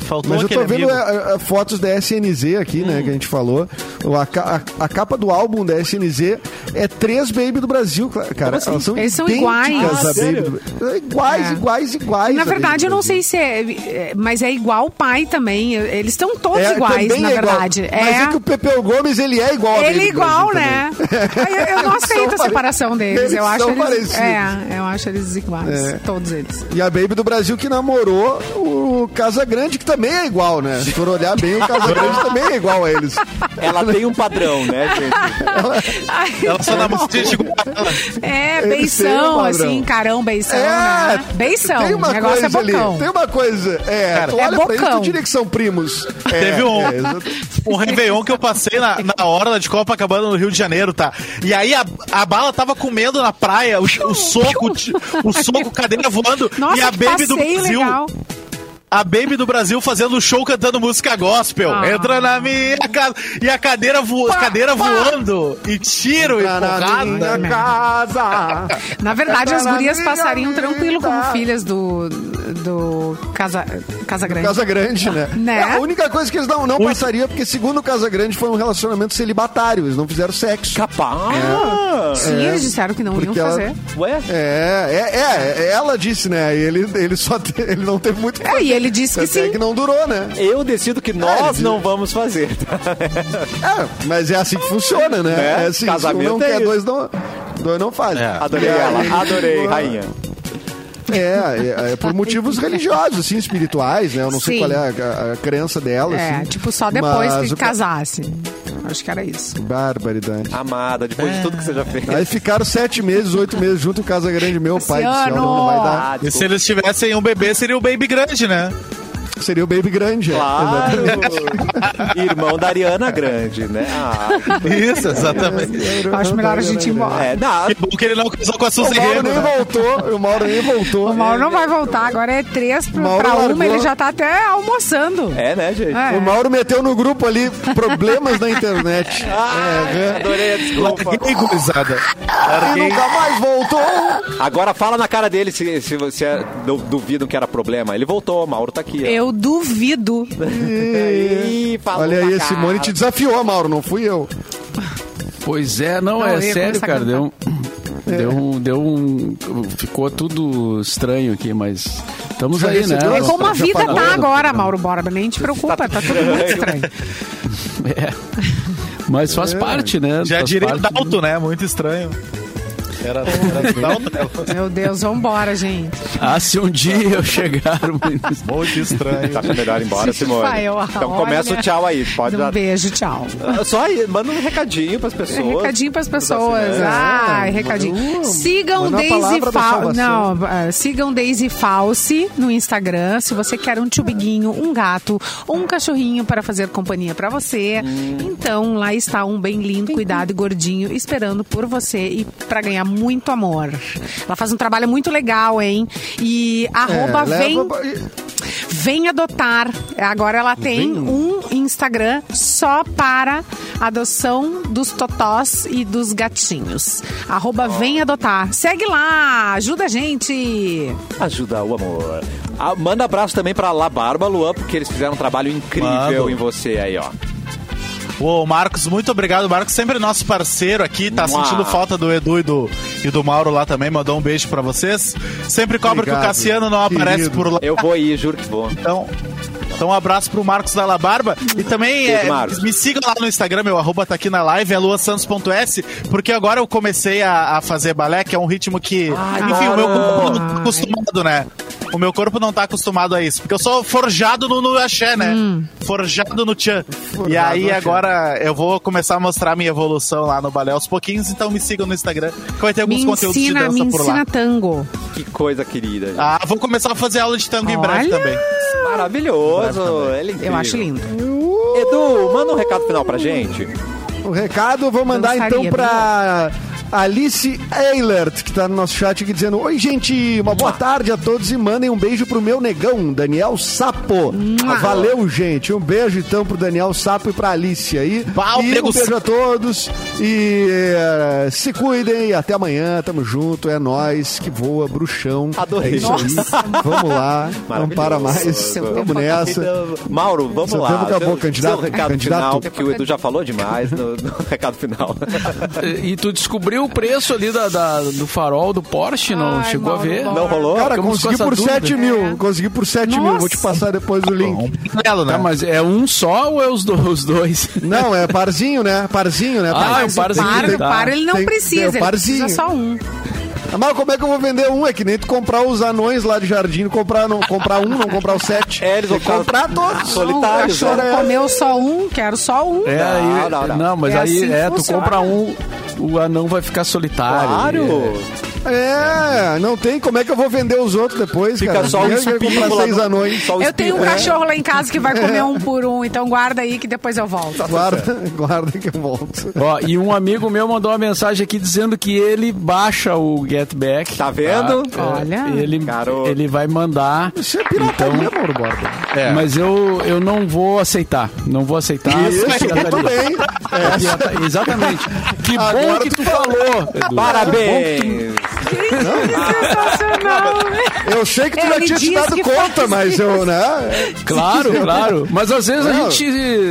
[SPEAKER 3] Faltou
[SPEAKER 5] Mas eu
[SPEAKER 3] aquele
[SPEAKER 5] tô vendo
[SPEAKER 3] amigo.
[SPEAKER 5] é, é, fotos da SNZ aqui,
[SPEAKER 2] Hum.
[SPEAKER 5] né? Que a gente falou. O- A, ca- a- a capa do álbum da SNZ é três Baby do Brasil, cla- cara. Elas são
[SPEAKER 2] assim? Eles são
[SPEAKER 5] idênticas
[SPEAKER 2] iguais.
[SPEAKER 5] a
[SPEAKER 2] Ah,
[SPEAKER 5] Baby do... Brasil. Iguais,
[SPEAKER 2] É.
[SPEAKER 5] iguais, iguais.
[SPEAKER 2] Na
[SPEAKER 5] a Baby
[SPEAKER 2] verdade,
[SPEAKER 5] do
[SPEAKER 2] eu não sei
[SPEAKER 5] Brasil.
[SPEAKER 2] se é. é, Mas é igual o pai também. Eles estão todos
[SPEAKER 5] É,
[SPEAKER 2] iguais,
[SPEAKER 5] também
[SPEAKER 2] na
[SPEAKER 5] é igual.
[SPEAKER 2] verdade.
[SPEAKER 5] Mas é. que o Pepeu Gomes, ele é igual. a
[SPEAKER 2] Ele
[SPEAKER 5] Baby do
[SPEAKER 2] igual,
[SPEAKER 5] Brasil também.
[SPEAKER 2] né? Eu, eu não
[SPEAKER 5] Eles são
[SPEAKER 2] aceito a
[SPEAKER 5] pare-
[SPEAKER 2] separação deles.
[SPEAKER 5] Eles
[SPEAKER 2] Eu acho
[SPEAKER 5] são
[SPEAKER 2] eles.
[SPEAKER 5] parecidos.
[SPEAKER 2] É, eu acho eles iguais.
[SPEAKER 5] É.
[SPEAKER 2] Todos eles.
[SPEAKER 5] E a Baby do Brasil que namorou o Casa Grande, que também é igual, né? Se for olhar bem, o Casa Grande também é igual a eles.
[SPEAKER 1] Ela tem um padrão, né, gente?
[SPEAKER 2] Ai,
[SPEAKER 5] é-
[SPEAKER 3] Ela só dá uma gente com
[SPEAKER 2] É,
[SPEAKER 5] Eles têm um
[SPEAKER 2] beição,
[SPEAKER 5] padrão. É,
[SPEAKER 2] assim, carão, beição, né? Beição.
[SPEAKER 5] tem uma
[SPEAKER 2] o negócio
[SPEAKER 5] coisa
[SPEAKER 2] é bocão.
[SPEAKER 5] ali. Tem um- uma coisa. É, tu
[SPEAKER 2] é
[SPEAKER 5] olha pra eles, tu
[SPEAKER 2] bocão.
[SPEAKER 5] diria que são primos. É,
[SPEAKER 3] Teve um-
[SPEAKER 5] é, exato.
[SPEAKER 3] um Réveillon que eu passei na, na orla de Copacabana, no Rio de Janeiro, tá? E aí a, a bala tava comendo na praia, o, o soco, o soco, cadeira voando,
[SPEAKER 2] Nossa,
[SPEAKER 3] e a
[SPEAKER 2] que
[SPEAKER 3] Baby do
[SPEAKER 2] passeio
[SPEAKER 3] Brasil.
[SPEAKER 2] legal.
[SPEAKER 3] A Baby do Brasil fazendo show cantando música gospel.
[SPEAKER 2] Ah.
[SPEAKER 3] Entra na minha casa. E a cadeira, vo- cadeira voando. E tiro, e
[SPEAKER 5] na
[SPEAKER 3] porrada.
[SPEAKER 2] Né?
[SPEAKER 5] minha casa.
[SPEAKER 2] Na verdade, as
[SPEAKER 5] Essa
[SPEAKER 2] gurias
[SPEAKER 5] amiga tá.
[SPEAKER 2] passariam
[SPEAKER 5] linda.
[SPEAKER 2] tranquilo como filhas do, do Casa, casa Grande.
[SPEAKER 5] Casa Grande, né?
[SPEAKER 2] Né?
[SPEAKER 5] É, A única coisa que eles não, não passaria, porque segundo o Casa Grande, foi um relacionamento celibatário. Eles não fizeram sexo. É.
[SPEAKER 1] Capaz!
[SPEAKER 2] Sim, eles disseram que não iam
[SPEAKER 5] porque ela-
[SPEAKER 2] fazer.
[SPEAKER 1] Ué?
[SPEAKER 5] É, é, é, é, ela disse, né? Ele, ele só te- ele não teve muito
[SPEAKER 2] É, e ele disse que
[SPEAKER 5] Até
[SPEAKER 2] sim.
[SPEAKER 5] que não durou, né?
[SPEAKER 1] Eu decido que nós
[SPEAKER 5] ele-
[SPEAKER 1] não vamos fazer. tá?
[SPEAKER 5] É, mas é assim que funciona, né?
[SPEAKER 1] Né?
[SPEAKER 5] É assim,
[SPEAKER 1] Casamento
[SPEAKER 5] se um não
[SPEAKER 1] é
[SPEAKER 5] quer,
[SPEAKER 1] isso. É.
[SPEAKER 5] dois não, dois não faz.
[SPEAKER 1] Adorei ela, adorei, rainha.
[SPEAKER 5] É, é, é por motivos religiosos, assim, espirituais, né? Eu não sei
[SPEAKER 2] Sim.
[SPEAKER 5] qual é a, a- a crença dela,
[SPEAKER 2] É,
[SPEAKER 5] assim.
[SPEAKER 2] tipo, só depois
[SPEAKER 5] Mas
[SPEAKER 2] que
[SPEAKER 5] o ca-
[SPEAKER 2] casasse. Acho que era isso.
[SPEAKER 5] Barbaridade.
[SPEAKER 1] Amada, depois de tudo que você já fez.
[SPEAKER 5] Aí ficaram sete meses, oito meses junto, Casa Grande, meu pai do céu, não vai dar.
[SPEAKER 1] Ah,
[SPEAKER 3] E se
[SPEAKER 1] desculpa.
[SPEAKER 3] eles tivessem um bebê, seria o Baby Grande, né?
[SPEAKER 5] Seria o Baby Grande. é.
[SPEAKER 1] Claro! Irmão da Ariana Grande, né? Ah,
[SPEAKER 3] Isso, exatamente.
[SPEAKER 5] Exato.
[SPEAKER 2] Acho melhor a gente ir embora.
[SPEAKER 1] é, não,
[SPEAKER 3] Que bom que ele não casou com a
[SPEAKER 5] O
[SPEAKER 3] Suzy
[SPEAKER 5] Mauro
[SPEAKER 3] Rego,
[SPEAKER 5] nem
[SPEAKER 3] né?
[SPEAKER 5] voltou, o Mauro nem voltou. É.
[SPEAKER 2] O Mauro não vai voltar, agora é três pra,
[SPEAKER 5] Mauro
[SPEAKER 2] pra uma,
[SPEAKER 5] largou.
[SPEAKER 2] ele já tá até almoçando.
[SPEAKER 1] é, né, gente?
[SPEAKER 2] É.
[SPEAKER 5] O Mauro meteu no grupo ali problemas na internet. é.
[SPEAKER 1] Ah, adorei a
[SPEAKER 5] tá
[SPEAKER 1] desculpa.
[SPEAKER 3] Larguei, gurizada.
[SPEAKER 5] E
[SPEAKER 3] Larguei.
[SPEAKER 5] nunca mais voltou.
[SPEAKER 1] Agora fala na cara dele se, se você é- du- duvidam que era problema. Ele voltou, Mauro tá aqui. ó.
[SPEAKER 2] Eu duvido.
[SPEAKER 1] Ih, falou
[SPEAKER 5] Olha
[SPEAKER 1] na
[SPEAKER 5] aí,
[SPEAKER 1] cara.
[SPEAKER 5] Simone te desafiou, Mauro, não fui eu.
[SPEAKER 6] Pois é, não,
[SPEAKER 2] Não, eu
[SPEAKER 6] é
[SPEAKER 2] ia
[SPEAKER 6] sério,
[SPEAKER 2] começar a
[SPEAKER 6] cara.
[SPEAKER 2] cantar.
[SPEAKER 6] Deu, um- deu, um, deu um. Ficou tudo estranho aqui, mas estamos
[SPEAKER 5] Já
[SPEAKER 6] aí, né?
[SPEAKER 5] recebeu
[SPEAKER 2] É
[SPEAKER 5] Nossa,
[SPEAKER 2] como a
[SPEAKER 5] já
[SPEAKER 2] vida
[SPEAKER 5] falou,
[SPEAKER 2] tá
[SPEAKER 5] né?
[SPEAKER 2] agora, Mauro Borba. Nem te preocupa, tá tudo muito estranho.
[SPEAKER 6] É. Mas
[SPEAKER 4] É.
[SPEAKER 6] faz parte, né?
[SPEAKER 3] Já
[SPEAKER 6] Faz
[SPEAKER 3] diria
[SPEAKER 6] parte.
[SPEAKER 3] Dalto, né? Muito estranho. Era, era Dalto.
[SPEAKER 2] Meu Deus, vambora, gente.
[SPEAKER 6] Ah, se um dia eu chegar. mas-
[SPEAKER 3] Muito estranho.
[SPEAKER 1] Tá melhor ir embora, Simone.
[SPEAKER 2] Rafael,
[SPEAKER 1] então
[SPEAKER 2] olha.
[SPEAKER 1] começa o tchau aí. Pode
[SPEAKER 2] Um
[SPEAKER 1] dar.
[SPEAKER 2] beijo, tchau.
[SPEAKER 1] Só aí, manda um recadinho pras pessoas.
[SPEAKER 2] Recadinho pras
[SPEAKER 1] pros
[SPEAKER 2] pessoas.
[SPEAKER 1] assinantes.
[SPEAKER 2] Ai, recadinho.
[SPEAKER 5] Manda um-
[SPEAKER 2] Sigam
[SPEAKER 5] manda uma
[SPEAKER 2] Daisy
[SPEAKER 5] palavra da
[SPEAKER 2] False.
[SPEAKER 5] salvação.
[SPEAKER 2] Não, ah, sigam Daisy False no Instagram. Se você quer um tubiguinho, um gato ou um cachorrinho para fazer companhia para você.
[SPEAKER 5] Hum.
[SPEAKER 2] Então, lá está um bem lindo, cuidado e gordinho esperando por você e para ganhar muito amor. Ela faz um trabalho muito legal, hein? E arroba
[SPEAKER 5] É, leva
[SPEAKER 2] vem.
[SPEAKER 5] pra-
[SPEAKER 2] Vem adotar. Agora ela tem um Instagram só para adoção dos totós e dos gatinhos. Arroba Vem Adotar. Segue lá, ajuda a gente.
[SPEAKER 1] Ajuda o amor. Ah, manda abraço também pra La Barba, Luan, porque eles fizeram um trabalho incrível
[SPEAKER 3] Mando.
[SPEAKER 1] em você aí, ó.
[SPEAKER 3] Ô, Marcos, muito obrigado. Marcos sempre nosso parceiro aqui, tá
[SPEAKER 1] Mua.
[SPEAKER 3] sentindo falta do Edu e do, e do Mauro lá também. Mandou um beijo pra vocês. Sempre cobra que o
[SPEAKER 5] Obrigado,
[SPEAKER 3] Cassiano não
[SPEAKER 5] querido.
[SPEAKER 3] aparece por lá.
[SPEAKER 1] Eu vou ir, juro que vou.
[SPEAKER 3] Então, então um abraço pro Marcos da La Barba. E também
[SPEAKER 1] Beijo,
[SPEAKER 3] é,
[SPEAKER 1] Marcos.
[SPEAKER 3] me sigam lá no Instagram, meu arroba tá aqui na live, é luasantos.s, porque agora eu comecei a, a fazer balé, que é um ritmo que. enfim, o meu corpo não tá acostumado, né? O meu corpo não tá acostumado a isso. Porque eu sou forjado no, no axé, né?
[SPEAKER 2] Hum.
[SPEAKER 3] Forjado no tchan. e
[SPEAKER 5] no
[SPEAKER 3] aí
[SPEAKER 5] axé.
[SPEAKER 3] agora eu vou começar a mostrar minha evolução lá no balé aos pouquinhos, então me sigam no Instagram, que vai ter alguns
[SPEAKER 2] Me
[SPEAKER 3] conteúdos
[SPEAKER 2] ensina,
[SPEAKER 3] de
[SPEAKER 2] me
[SPEAKER 3] dança por lá.
[SPEAKER 2] ensina tango.
[SPEAKER 1] Que coisa querida. gente.
[SPEAKER 3] Ah, vou começar a fazer aula de tango em breve
[SPEAKER 2] Olha!
[SPEAKER 3] também.
[SPEAKER 1] Maravilhoso. Ele é incrível.
[SPEAKER 2] Eu acho lindo.
[SPEAKER 1] Edu, manda um recado final pra gente.
[SPEAKER 5] O recado eu vou mandar
[SPEAKER 2] Dançaria,
[SPEAKER 5] então pra Alice Eilert, que tá no nosso chat aqui dizendo: Oi, gente, uma boa tarde a todos e mandem um beijo pro meu negão, Daniel Sapo. Valeu, gente. Um beijo então pro Daniel Sapo e pra Alice aí.
[SPEAKER 3] Bah, o
[SPEAKER 5] e
[SPEAKER 3] nego
[SPEAKER 5] um beijo a todos e eh, se cuidem e até amanhã. Tamo junto, é nóis que voa, bruxão.
[SPEAKER 1] Adorei.
[SPEAKER 5] É isso aí. Vamos lá, não
[SPEAKER 1] Maravilhoso.
[SPEAKER 5] para mais.
[SPEAKER 1] Seu
[SPEAKER 2] tá
[SPEAKER 1] tá
[SPEAKER 5] Vamos nessa.
[SPEAKER 1] Mauro, vamos
[SPEAKER 5] Seu
[SPEAKER 1] lá.
[SPEAKER 5] tempo acabou,
[SPEAKER 1] Seu-
[SPEAKER 5] candidato.
[SPEAKER 1] seu recado
[SPEAKER 5] Candidato.
[SPEAKER 1] final, porque o Edu já falou demais no, no recado final.
[SPEAKER 6] E tu descobriu o preço ali da, da- do farol do Porsche, não
[SPEAKER 2] Ai,
[SPEAKER 6] chegou
[SPEAKER 2] Mauro
[SPEAKER 6] a ver?
[SPEAKER 2] Borba.
[SPEAKER 1] Não rolou?
[SPEAKER 5] Cara,
[SPEAKER 6] Ficamos com
[SPEAKER 5] consegui
[SPEAKER 6] essa
[SPEAKER 5] por
[SPEAKER 6] dúvida.
[SPEAKER 5] 7 mil. Consegui por 7 mil. Vou te
[SPEAKER 2] É. Nossa.
[SPEAKER 5] passar depois o link.
[SPEAKER 3] Belo, né?
[SPEAKER 6] Tá, mas é um só ou é os, do- os dois?
[SPEAKER 5] Não, é parzinho, né? Parzinho, né?
[SPEAKER 6] Ah, é um parzinho.
[SPEAKER 2] Para,
[SPEAKER 6] Tá.
[SPEAKER 2] para, ele não
[SPEAKER 5] Tem-
[SPEAKER 2] precisa.
[SPEAKER 5] tem o
[SPEAKER 2] Ele precisa
[SPEAKER 5] parzinho.
[SPEAKER 2] só um.
[SPEAKER 5] Mas como é que eu vou vender um? É que nem tu comprar os anões lá de jardim, comprar, não, comprar um, não comprar os sete.
[SPEAKER 1] É, eles
[SPEAKER 5] Tem
[SPEAKER 1] vão
[SPEAKER 5] que comprar todos.
[SPEAKER 1] solitários.
[SPEAKER 5] Não,
[SPEAKER 1] né?
[SPEAKER 5] cachorro
[SPEAKER 2] Comeu só um, quero só um.
[SPEAKER 4] É,
[SPEAKER 1] Não,
[SPEAKER 4] aí,
[SPEAKER 1] não,
[SPEAKER 4] não,
[SPEAKER 1] não.
[SPEAKER 4] mas
[SPEAKER 2] É
[SPEAKER 4] aí
[SPEAKER 2] assim que
[SPEAKER 4] é, tu
[SPEAKER 2] funciona.
[SPEAKER 4] compra um, o anão vai ficar solitário.
[SPEAKER 1] Claro.
[SPEAKER 5] É, não tem. Como é que eu vou vender os outros depois,
[SPEAKER 1] Fica
[SPEAKER 5] cara?
[SPEAKER 1] só o
[SPEAKER 5] Eu quero comprar
[SPEAKER 1] espírito lá
[SPEAKER 5] seis
[SPEAKER 1] no-
[SPEAKER 5] anões.
[SPEAKER 1] só o
[SPEAKER 2] Eu tenho um
[SPEAKER 1] espírito. É.
[SPEAKER 2] cachorro lá em casa que vai comer um por um, então guarda aí que depois eu volto.
[SPEAKER 5] Guarda, guarda que eu volto.
[SPEAKER 4] Ó, e um amigo meu mandou uma mensagem aqui dizendo que ele baixa o Get Back.
[SPEAKER 1] Tá vendo?
[SPEAKER 4] É,
[SPEAKER 2] Olha.
[SPEAKER 4] Ele,
[SPEAKER 1] Garoto.
[SPEAKER 4] ele vai mandar.
[SPEAKER 5] Isso é pirataria, Mauro Borba.
[SPEAKER 8] É.
[SPEAKER 4] Mas eu, eu não vou aceitar. Não vou aceitar.
[SPEAKER 5] Isso,
[SPEAKER 4] essa
[SPEAKER 5] eu
[SPEAKER 4] pirataria.
[SPEAKER 5] também.
[SPEAKER 4] É, pirata- Exatamente. Que bom
[SPEAKER 5] Agora
[SPEAKER 4] que
[SPEAKER 5] tu
[SPEAKER 4] tu falou. Edu.
[SPEAKER 1] Parabéns.
[SPEAKER 2] é Sensacional. né?
[SPEAKER 5] Eu sei que tu
[SPEAKER 2] É, Ele
[SPEAKER 5] já tinha te
[SPEAKER 2] diz
[SPEAKER 5] dado
[SPEAKER 2] que
[SPEAKER 5] conta,
[SPEAKER 2] faz
[SPEAKER 5] mas eu, né?
[SPEAKER 4] Claro, claro. Mas às vezes a
[SPEAKER 5] Não.
[SPEAKER 4] gente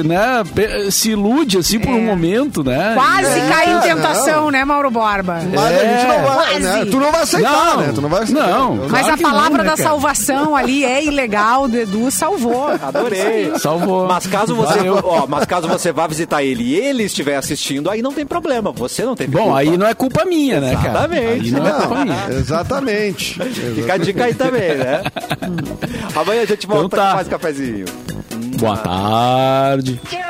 [SPEAKER 4] né, pe- se ilude assim por um momento, né?
[SPEAKER 2] É. Quase
[SPEAKER 5] É,
[SPEAKER 2] cai em
[SPEAKER 5] não.
[SPEAKER 2] tentação, né, Mauro Borba?
[SPEAKER 5] Mas a gente não vai, né?
[SPEAKER 2] Quase.
[SPEAKER 5] Tu não vai aceitar,
[SPEAKER 4] Não.
[SPEAKER 5] né? Tu não vai aceitar.
[SPEAKER 4] Não.
[SPEAKER 5] Eu-
[SPEAKER 2] Mas
[SPEAKER 4] Claro
[SPEAKER 2] a
[SPEAKER 4] que não,
[SPEAKER 2] palavra
[SPEAKER 4] né,
[SPEAKER 2] da
[SPEAKER 4] cara?
[SPEAKER 2] salvação ali é ilegal, do Edu salvou.
[SPEAKER 1] Adorei.
[SPEAKER 4] Salvou.
[SPEAKER 1] Mas caso você,
[SPEAKER 4] Valeu.
[SPEAKER 1] ó, mas caso você vá visitar ele e ele estiver assistindo, aí não tem problema. Você não teve
[SPEAKER 4] Bom,
[SPEAKER 1] culpa.
[SPEAKER 4] aí não é culpa minha, né, cara?
[SPEAKER 1] Exatamente.
[SPEAKER 4] Aí não é culpa minha.
[SPEAKER 5] Não, exatamente.
[SPEAKER 1] Fica a dica aí também, né? Amanhã a gente volta
[SPEAKER 4] Então tá.
[SPEAKER 1] com mais cafezinho.
[SPEAKER 4] Boa tarde.
[SPEAKER 9] Get